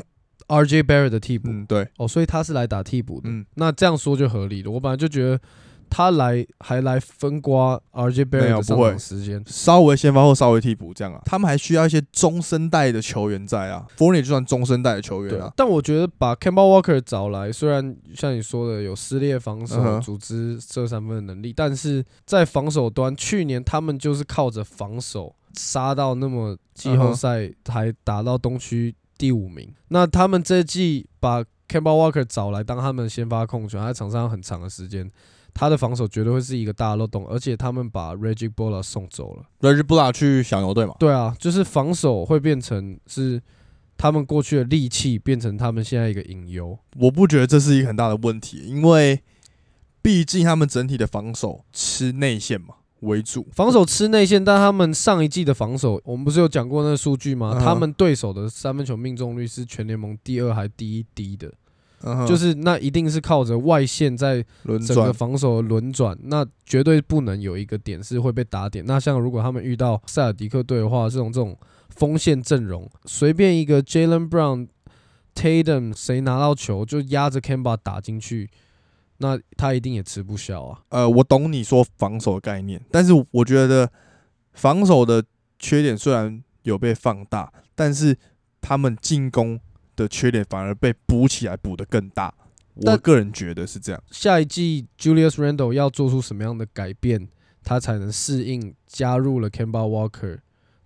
S1: RJ Barrett 的替补，
S2: 嗯，对，
S1: 哦，所以他是来打替补的。
S2: 嗯，
S1: 那这样说就合理了。我本来就觉得他来还来分瓜 RJ
S2: 没
S1: Barrett
S2: 有
S1: 的上
S2: 不会
S1: 场时间，
S2: 稍微先发或稍微替补这样啊。他们还需要一些中生代的球员在啊，f o r n i 就算中生代的球员
S1: 对
S2: 啊。
S1: 但我觉得把 c a m b a Walker 找来，虽然像你说的有撕裂防守、
S2: 嗯哼
S1: 组织射三分的能力，但是在防守端，去年他们就是靠着防守杀到那么季
S2: 嗯
S1: 后
S2: 哼
S1: 赛还打到东区第五名。那他们这季把 c a m b a Walker 找来当他们的先发控球，他在场上很长的时间。他的防守绝对会是一个大漏洞，而且他们把 Reggie b o l a 送走了。
S2: Reggie b u l a 去小牛队嘛，
S1: 对啊，就是防守会变成是他们过去的利器，变成他们现在一个隐忧。
S2: 我不觉得这是一个很大的问题，因为毕竟他们整体的防守吃内线嘛为主，
S1: 防守吃内线，但他们上一季的防守，我们不是有讲过那个数据吗？
S2: 嗯哼
S1: 他们对手的三分球命中率是全联盟第二还第一低的，
S2: 嗯哼
S1: 就是那一定是靠着外线在
S2: 轮
S1: 整个
S2: 转。啊
S1: 防守的轮转，那绝对不能有一个点是会被打点。那像如果他们遇到塞尔迪克队的话，这种这种锋线阵容，随便一个 Jalen Brown、Tatum 谁拿到球就压着 Camba 打进去，那他一定也吃不消啊。
S2: 呃，我懂你说防守的概念，但是我觉得防守的缺点虽然有被放大，但是他们进攻的缺点反而被补起来，补得更大。我
S1: 但
S2: 个人觉得是这样。
S1: 下一季 Julius Randle 要做出什么样的改变，他才能适应加入了 Kemba Walker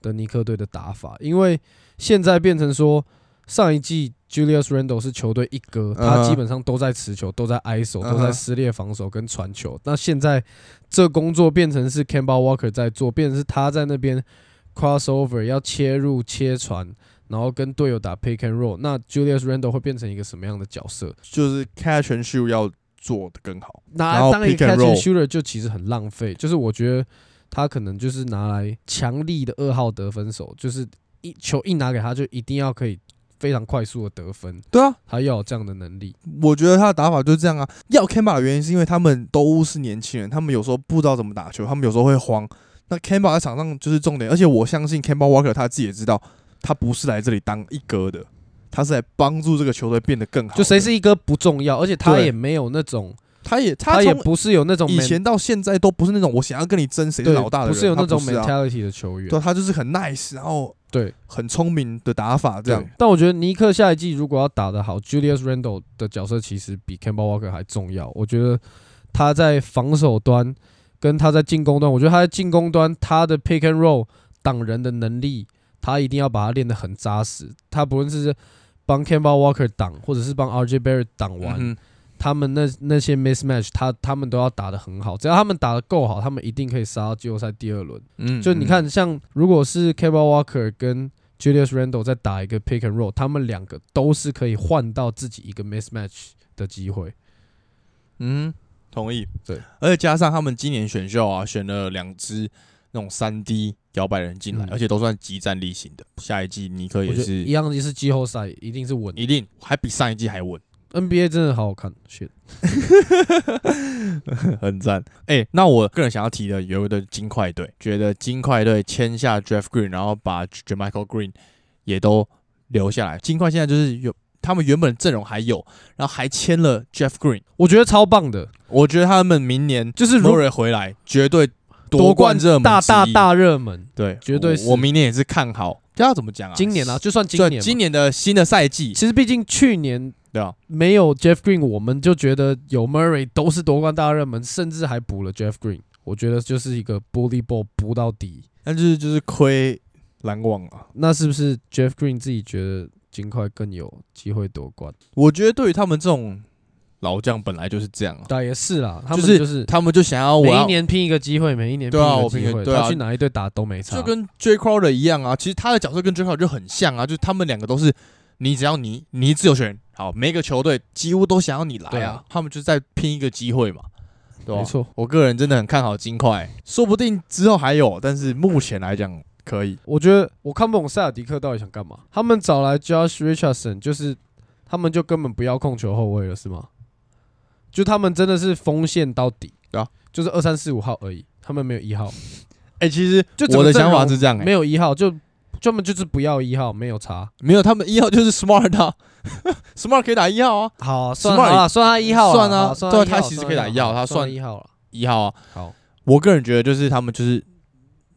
S1: 的尼克队的打法？因为现在变成说，上一季 Julius Randle 是球队一哥，
S4: 嗯
S1: 他
S4: 哼
S1: 基本上都在持球，都在 ISO，
S4: 嗯哼
S1: 都在撕裂防守跟传球。那现在这工作变成是 Kemba Walker 在做，变成是他在那边 crossover 要切入切传，然后跟队友打 pick and roll。那 Julius Randle 会变成一个什么样的角色？
S4: 就是 catch and shoot 要做的更好。然
S1: 拿
S4: 后
S1: 当一
S4: pick
S1: 个
S4: and
S1: catch and
S4: roll
S1: shooter 就其实很浪费，就是我觉得他可能就是拿来强力的二号得分手，就是一球一拿给他就一定要可以非常快速的得分，
S4: 对啊，
S1: 他要有这样的能力。
S4: 我觉得他的打法就是这样啊。要 Kemba 的原因是因为他们都是年轻人，他们有时候不知道怎么打球，他们有时候会慌。那 Kemba 在场上就是重点，而且我相信 Kemba Walker 他自己也知道，他不是来这里当一哥的，他是来帮助这个球队变得更好的。
S1: 就谁是一哥不重要，而且他
S4: 对
S1: 也没有那种，
S4: 他也他
S1: 他也
S4: 从
S1: 不是有那种
S4: 以
S1: man-
S4: 前到现在都不是那种我想要跟你争谁是
S1: 对
S4: 老大的
S1: 不
S4: 人，
S1: 是有那种
S4: 他不啊
S1: mentality 的球员。
S4: 对，他就是很 nice，然后
S1: 对
S4: 很聪明的打法这
S1: 对
S4: 样。
S1: 但我觉得尼克下一季如果要打得好，Julius Randle 的角色其实比 Kemba Walker 还重要。我觉得他在防守端跟他在进攻端，我觉得他在进攻端他的 pick and roll 挡人的能力，他一定要把它练得很扎实。他不论是帮 Kemba Walker 挡，或者是帮 RJ Barrett 挡完，
S4: 嗯哼
S1: 他们那那些 mismatch，他他们都要打得很好，只要他们打得够好，他们一定可以杀到季后赛第二轮。
S4: 嗯
S1: 就你看，像如果是 k e b a Walker 跟 Julius Randle 在打一个 pick and roll，他们两个都是可以换到自己一个 mismatch 的机会。
S4: 嗯，同意。，
S1: 对，
S2: 而且加上他们今年选秀啊，选了两支那种三 D 摇摆人进来，
S1: 嗯
S2: 而且都算集战力型的。下一季尼克
S1: 我
S2: 也
S1: 觉得
S2: 是
S1: 一样，就是季后赛一定是稳。
S2: 一定还比上一 季还稳，
S1: NBA 真的好好看，shit，
S2: 很赞。哎、那我个人想要提的有一个金块队，觉得金块队签下 Jeff Green，然后把 j m i c h a e Green 也都留下来。金块现在就是有他们原本阵容还有，然后还签了 Jeff Green，
S1: 我觉得超棒的。
S2: 我觉得他们明年
S1: 就是如
S2: m u r 回来绝对
S1: 夺
S2: 冠
S1: 冠
S2: 热门
S1: 大大
S2: 之一
S1: 大热门，
S2: 对，
S1: 绝对
S2: 我
S1: 是
S2: 我明年也是看好，这要怎么讲啊？
S1: 今年啊，就算今
S2: 对，
S1: 年嘛，
S2: 今年的新的赛季，
S1: 其实毕竟去年
S2: 对啊，
S1: 没有 Jeff Green，我们就觉得有 Murray 都是夺冠大热门，甚至还补了 Jeff Green。我觉得就是一个 bully ball 补到底。
S2: 那就是就是亏篮网啊。
S1: 那是不是 Jeff Green 自己觉得金块更有机会夺冠？
S2: 我觉得对于他们这种老将本来就是这样啊，
S1: 当然也是啦，他们
S2: 就是
S1: 就是
S2: 他们就想要我啊
S1: 每
S2: 要
S1: 一年拼一个机会，每一年拼
S2: 对啊
S1: 一个
S2: 我拼一
S1: 机
S2: 个
S1: 会，
S2: 对啊
S1: 他去哪一队打都没差。
S2: 就跟 J Crowder 一样啊，其实他的角色跟 J Crowder 就很像啊，就是他们两个都是你只要你你自由球员，好，每个球队几乎都想要你来
S1: 对
S2: 啊，
S1: 啊
S2: 他们就是在拼一个机会嘛。对吧
S1: 没错，
S2: 我个人真的很看好金块，说不定之后还有，但是目前来讲可以。
S1: 我觉得我看不懂塞尔迪克到底想干嘛。他们找来 Josh Richardson，就是他们就根本不要控球后卫了，是吗？就他们真的是锋线到底
S2: 对啊，
S1: 就是二三四五号而已，他们没有一号，
S2: 哎、其实
S1: 就整
S2: 我
S1: 个
S2: 的
S1: 阵
S2: 想法
S1: 容
S2: 是这样、欸，
S1: 没有一号就。专门就是不要一号，没有差。
S2: 没有，他们一号就是 smart 啊 ，smart 可以打一号啊，
S1: 好，算
S2: Smart-
S1: 好了，算他一号啦，
S2: 算啊
S1: 好算
S2: 对
S1: 他
S2: 啊
S1: 一
S2: 他
S1: 号
S2: 其实
S1: 算
S2: 可以打
S1: 一
S2: 一号他算
S1: 一号了。
S2: 一号啊。
S1: 好，
S2: 我个人觉得就是他们就是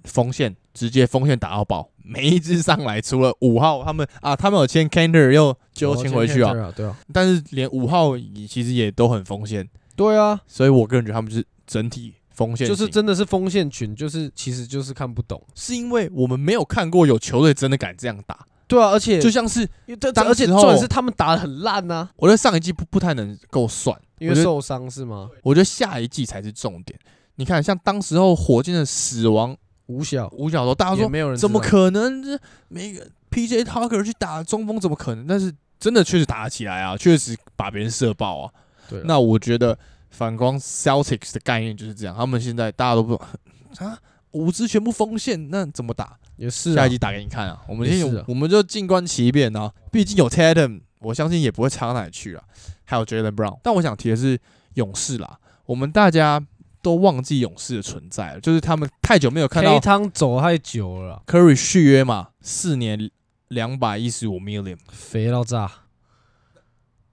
S2: 锋线直接锋线打到爆，每一支上来除了五号他们啊，他们有签 Canter 又就签回去啊，，
S1: 对啊，
S2: 但是连五号也其实也都很锋线，
S1: 对啊，
S2: 所以我个人觉得他们就是整体锋线型，
S1: 就是真的是锋线群，就是其实就是看不懂，
S2: 是因为我们没有看过有球队真的敢这样打，
S1: 对啊，而且
S2: 就像是
S1: 因为这
S2: 当
S1: 而且
S2: 时候
S1: 重点是他们打的很烂呐，
S2: 我在上一季不不太能够算，
S1: 因
S2: 我
S1: 为
S2: 觉得
S1: 受伤是吗？
S2: 我觉得下一季才是重点。你看，像当时候火箭的死亡
S1: 五小，
S2: 五角头，大家
S1: 也
S2: 说
S1: 没有人知道
S2: 怎么？可能？这每个 PJ Tucker 去打中锋，怎么可能？但是真的确实打得起来啊，确实把别人射爆啊。
S1: 对啊，
S2: 那我觉得反观 Celtics 的概念就是这样，他们现在大家都不 啊，五支全部锋线，那怎么打？
S1: 也是
S2: 下
S1: 啊
S2: 一，集打给你看啊。我们
S1: 也
S2: 先有，
S1: 是啊
S2: 我们就静观其变啊。毕竟有 Tatum，我相信也不会差到哪里去啊。还有 Jalen Brown，但我想提的是勇士啦，我们大家都忘记勇士的存在了，就是他们太久没有看到
S1: K 汤走太久了啦，
S2: Curry 续约嘛，四年两百一十五 million，
S1: 肥到炸。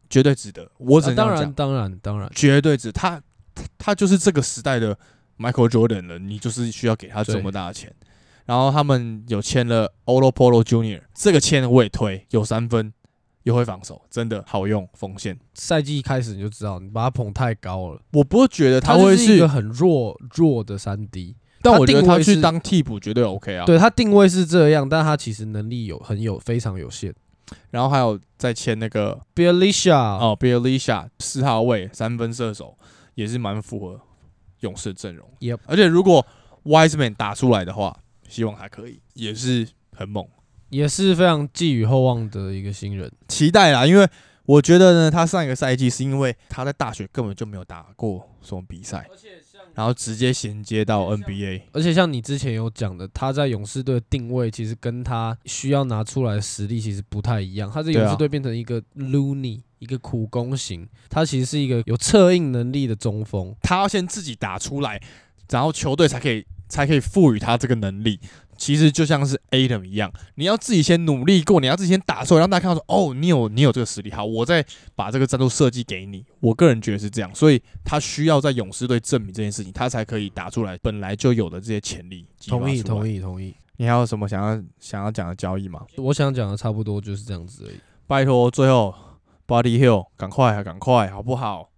S2: 绝对值得。我只
S1: 啊
S2: 能这
S1: 当
S2: 样讲，
S1: 然，当然，当然，
S2: 绝对值。他他他就是这个时代的 Michael Jordan 了，你就是需要给他
S1: 对
S2: 这么大的钱。然后他们有签了 Olo Polo Junior，这个签我也推，有三分，又会防守，真的好用锋线。
S1: 赛季一开始你就知道，你把他捧太高了，
S2: 我不会觉得他
S1: 就
S2: 会
S1: 是一个很弱弱的三 D。
S2: 但我觉得
S1: 他定
S2: 他
S1: 位
S2: 去
S1: 是
S2: 当替补绝对 OK 啊。
S1: 对他定位是这样，但他其实能力有很有非常有限。
S2: 然后还有再签那个
S1: b i l i s h a
S2: 哦 b i l l i s h a 四号位三分射手，也是蛮符合勇士的阵容。
S1: Yep
S2: 而且如果 Wiseman 打出来的话，希望他可以，也是很猛，
S1: 也是非常寄予厚望的一个新人。
S2: 期待啦。因为我觉得呢，他上一个赛季是因为他在大学根本就没有打过什么比赛，然后直接衔接到 NBA。
S1: 而且像你之前有讲的，他在勇士队的定位其实跟他需要拿出来的实力其实不太一样。他在
S2: 对啊
S1: 勇士队变成一个 loony，一个苦攻型，他其实是一个有策应能力的中锋。
S2: 他要先自己打出来，然后球队才可以才可以赋予他这个能力。其实就像是 Adam 一样，你要自己先努力过，你要自己先打出来，让大家看到说，哦，你有你有这个实力，好，我再把这个战术设计给你。我个人觉得是这样，所以他需要在勇士队证明这件事情，他才可以打出来本来就有的这些潜力。
S1: 同意，同
S2: 意。
S1: 意，同意。
S2: 你还有什么想要想要讲的交易吗？
S1: 我想讲的差不多就是这样子而已。
S2: 拜托，最后 Body Hill，赶快啊，赶快，好不好？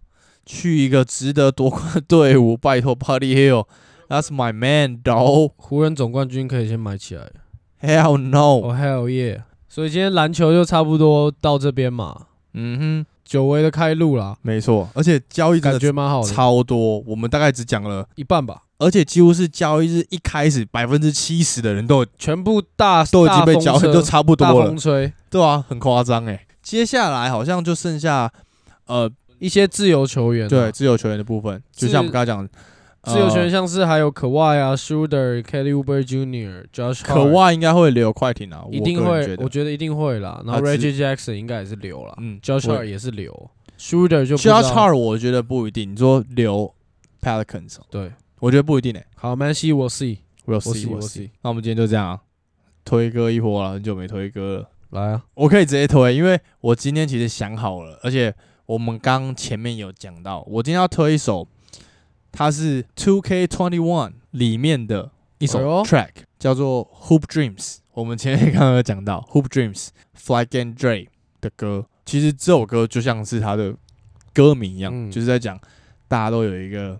S2: 去一个值得夺冠的队伍， 拜托 Body Hill，That's my man, dog.
S1: 湖人总冠军可以先买起来。
S2: Hell no.
S1: 哦、h e l l yeah！所以今天篮球就差不多到这边嘛，
S2: 嗯哼，
S1: 久违的开路啦，
S2: 没错，而且交易真
S1: 感
S2: 的
S1: 觉蛮好的，
S2: 超多，我们大概只讲了，
S1: 一半吧，
S2: 而且几乎是交易日一开始百分之七十的人都
S1: 全部大
S2: 都已经被交
S1: 大
S2: 易，都
S1: 风车
S2: 差不
S1: 大
S2: 多了
S1: 风，吹，
S2: 对啊，很夸张哎。接下来好像就剩下呃，
S1: 一些自由球员、啊，
S2: 对，自由球员的部分，就像我们刚才讲，
S1: 自由球员
S2: 呃，
S1: 像是还有可外啊，Shooter、Kelly Uber Jr、Josh，Hart
S2: 可外应该会留快艇啊，
S1: 一定
S2: 我个人
S1: 会
S2: 觉，得
S1: 我。觉得一定会啦。然后
S2: 他只
S1: Reggie Jackson 应该也是留啦
S2: 嗯
S1: ，Josh
S2: 我
S1: Hart 也是留，Shooter 就不知
S2: Josh
S1: 道
S2: Hart 我觉得不一定，你说留 Pelicans，
S1: 对，
S2: 我觉得不一定诶、欸
S1: 好，Man C 我 C
S2: We'll
S1: 我 C
S2: see，We'll
S1: 我
S2: see
S1: C。
S2: 那我们今天就这样、啊，推歌一波了，很久没推歌了。
S1: 来啊，
S2: 我可以直接推，因为我今天其实想好了，而且我们刚前面有讲到，我今天要推一首，它是 Two K Twenty One 里面的一首
S1: 哎呦
S2: track，、叫做 Hoop Dreams。我们前面 刚刚有讲到 Hoop Dreams Flag and Dre 的歌，其实这首歌就像是他的歌名一样，
S1: 嗯
S2: 就是在讲大家都有一个。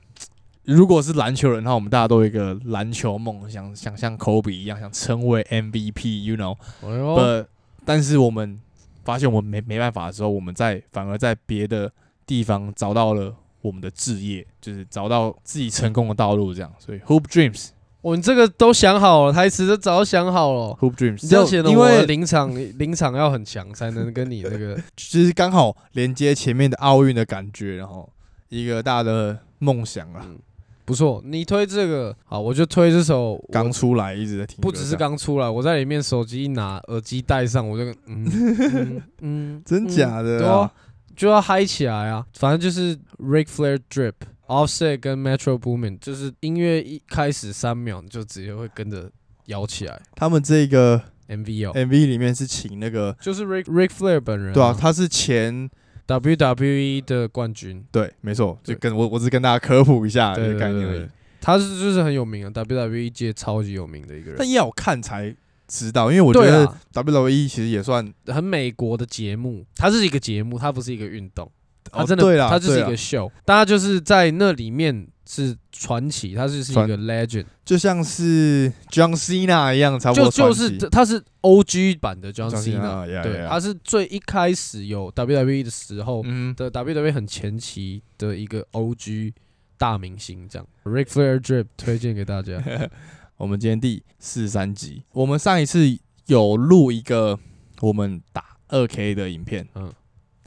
S2: 如果是篮球人的话，我们大家都有一个篮球梦，想想像科比一样，想成为 MVP，you know。
S1: 哎呦，
S2: 呃，但是我们发现我们没没办法的时候，我们在反而在别的地方找到了我们的置业，就是找到自己成功的道路，这样。所以 Hoop Dreams，Hoop
S1: 我这个都想好了，台词都早想好了。
S2: Dreams，
S1: 你这样显得
S2: 因
S1: 我的
S2: 为
S1: 临场 临场要很强，才能跟你这个
S2: 其实刚好连接前面的奥运的感觉，然后一个大的梦想啊，
S1: 嗯不错。你推这个好，我就推这首。
S2: 刚
S1: 我
S2: 出来一直在听歌这样，
S1: 不只是刚出来，我在里面手机一拿，耳机戴上，我就嗯嗯嗯
S4: 真
S1: 嗯
S4: 假
S1: 对
S4: 的
S1: 啊
S4: 啊？
S1: 就要嗨起来啊！反正就是 Ric Flair Drip。Offset 跟 Metro Boomin 就是音乐一开始三秒你就直接会跟着摇起来
S4: 他们这个
S1: ，MV 哦，
S4: MV 里面是请那个，
S1: 就是 Ric Ric Flair 本人、
S4: 哎对啊，他是前
S1: WWE E 的冠军，
S4: 对，没错，
S2: 就
S1: 对
S2: 跟我我只跟大家科普一下这
S1: 对
S2: 个概
S1: 对
S2: 念而
S1: 对
S2: 已
S1: 对。他是就是很有名啊，WWE 界超级有名的一个人
S4: 但。要看才知道，因为我觉
S1: 对
S4: 得
S1: 啊，
S2: E
S4: WWE 其实也算
S1: 很美国的节目，它是一个节目，它不是一个运动，它
S4: 哦
S1: 啊真的，
S4: 对啦
S1: 它就是
S4: 对
S1: 一
S4: 啦
S1: 个秀，大家就是在那里面是传奇，它就是一
S2: 传
S1: 个 legend，
S4: 就像是 John Cena 一样，差不
S1: 就
S4: 多传
S1: 就
S4: 奇啊
S1: 是它是 O G 版的 John
S4: John
S1: Cena，
S4: Cena，yeah，
S1: 对，
S4: yeah
S1: 它是最一开始有 WWE 的时候
S2: 嗯，
S1: 的 WWE 很前期的一个 O G 大明星，这样 Ric Flair Drip 推荐给大 家，
S2: 我们今天第四十三集，我们上一次有录一个我们打二 K 的影片，嗯
S1: 嗯，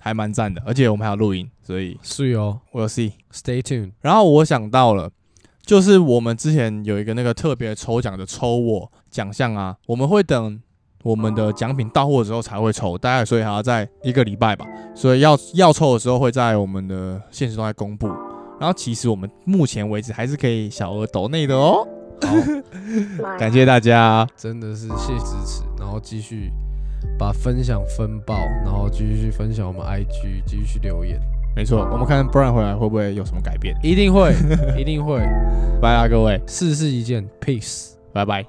S2: 还蛮赞的，而且我们还有录音，所以
S1: 是哦
S2: we'll see。
S1: ，Stay tuned，
S2: 然后我想到了，就是我们之前有一个那个特别抽奖的抽我奖项啊，我们会等我们的奖品到货之后才会抽，大概所以还要在一个礼拜吧，所以要要抽的时候会在我们的现实中来公布。然后其实我们目前为止还是可以小额抖内的哦，
S5: Bye.
S2: 感谢大家。
S1: 真的是谢谢支持，然后继续把分享分爆，然后继续去分享我们 IG，继续去留言。
S2: 没错，我们看 Brian 回来会不会有什么改变。
S1: 一定会，一定会。
S2: 拜啦，各位，
S1: 事事一件，peace。
S2: 拜拜。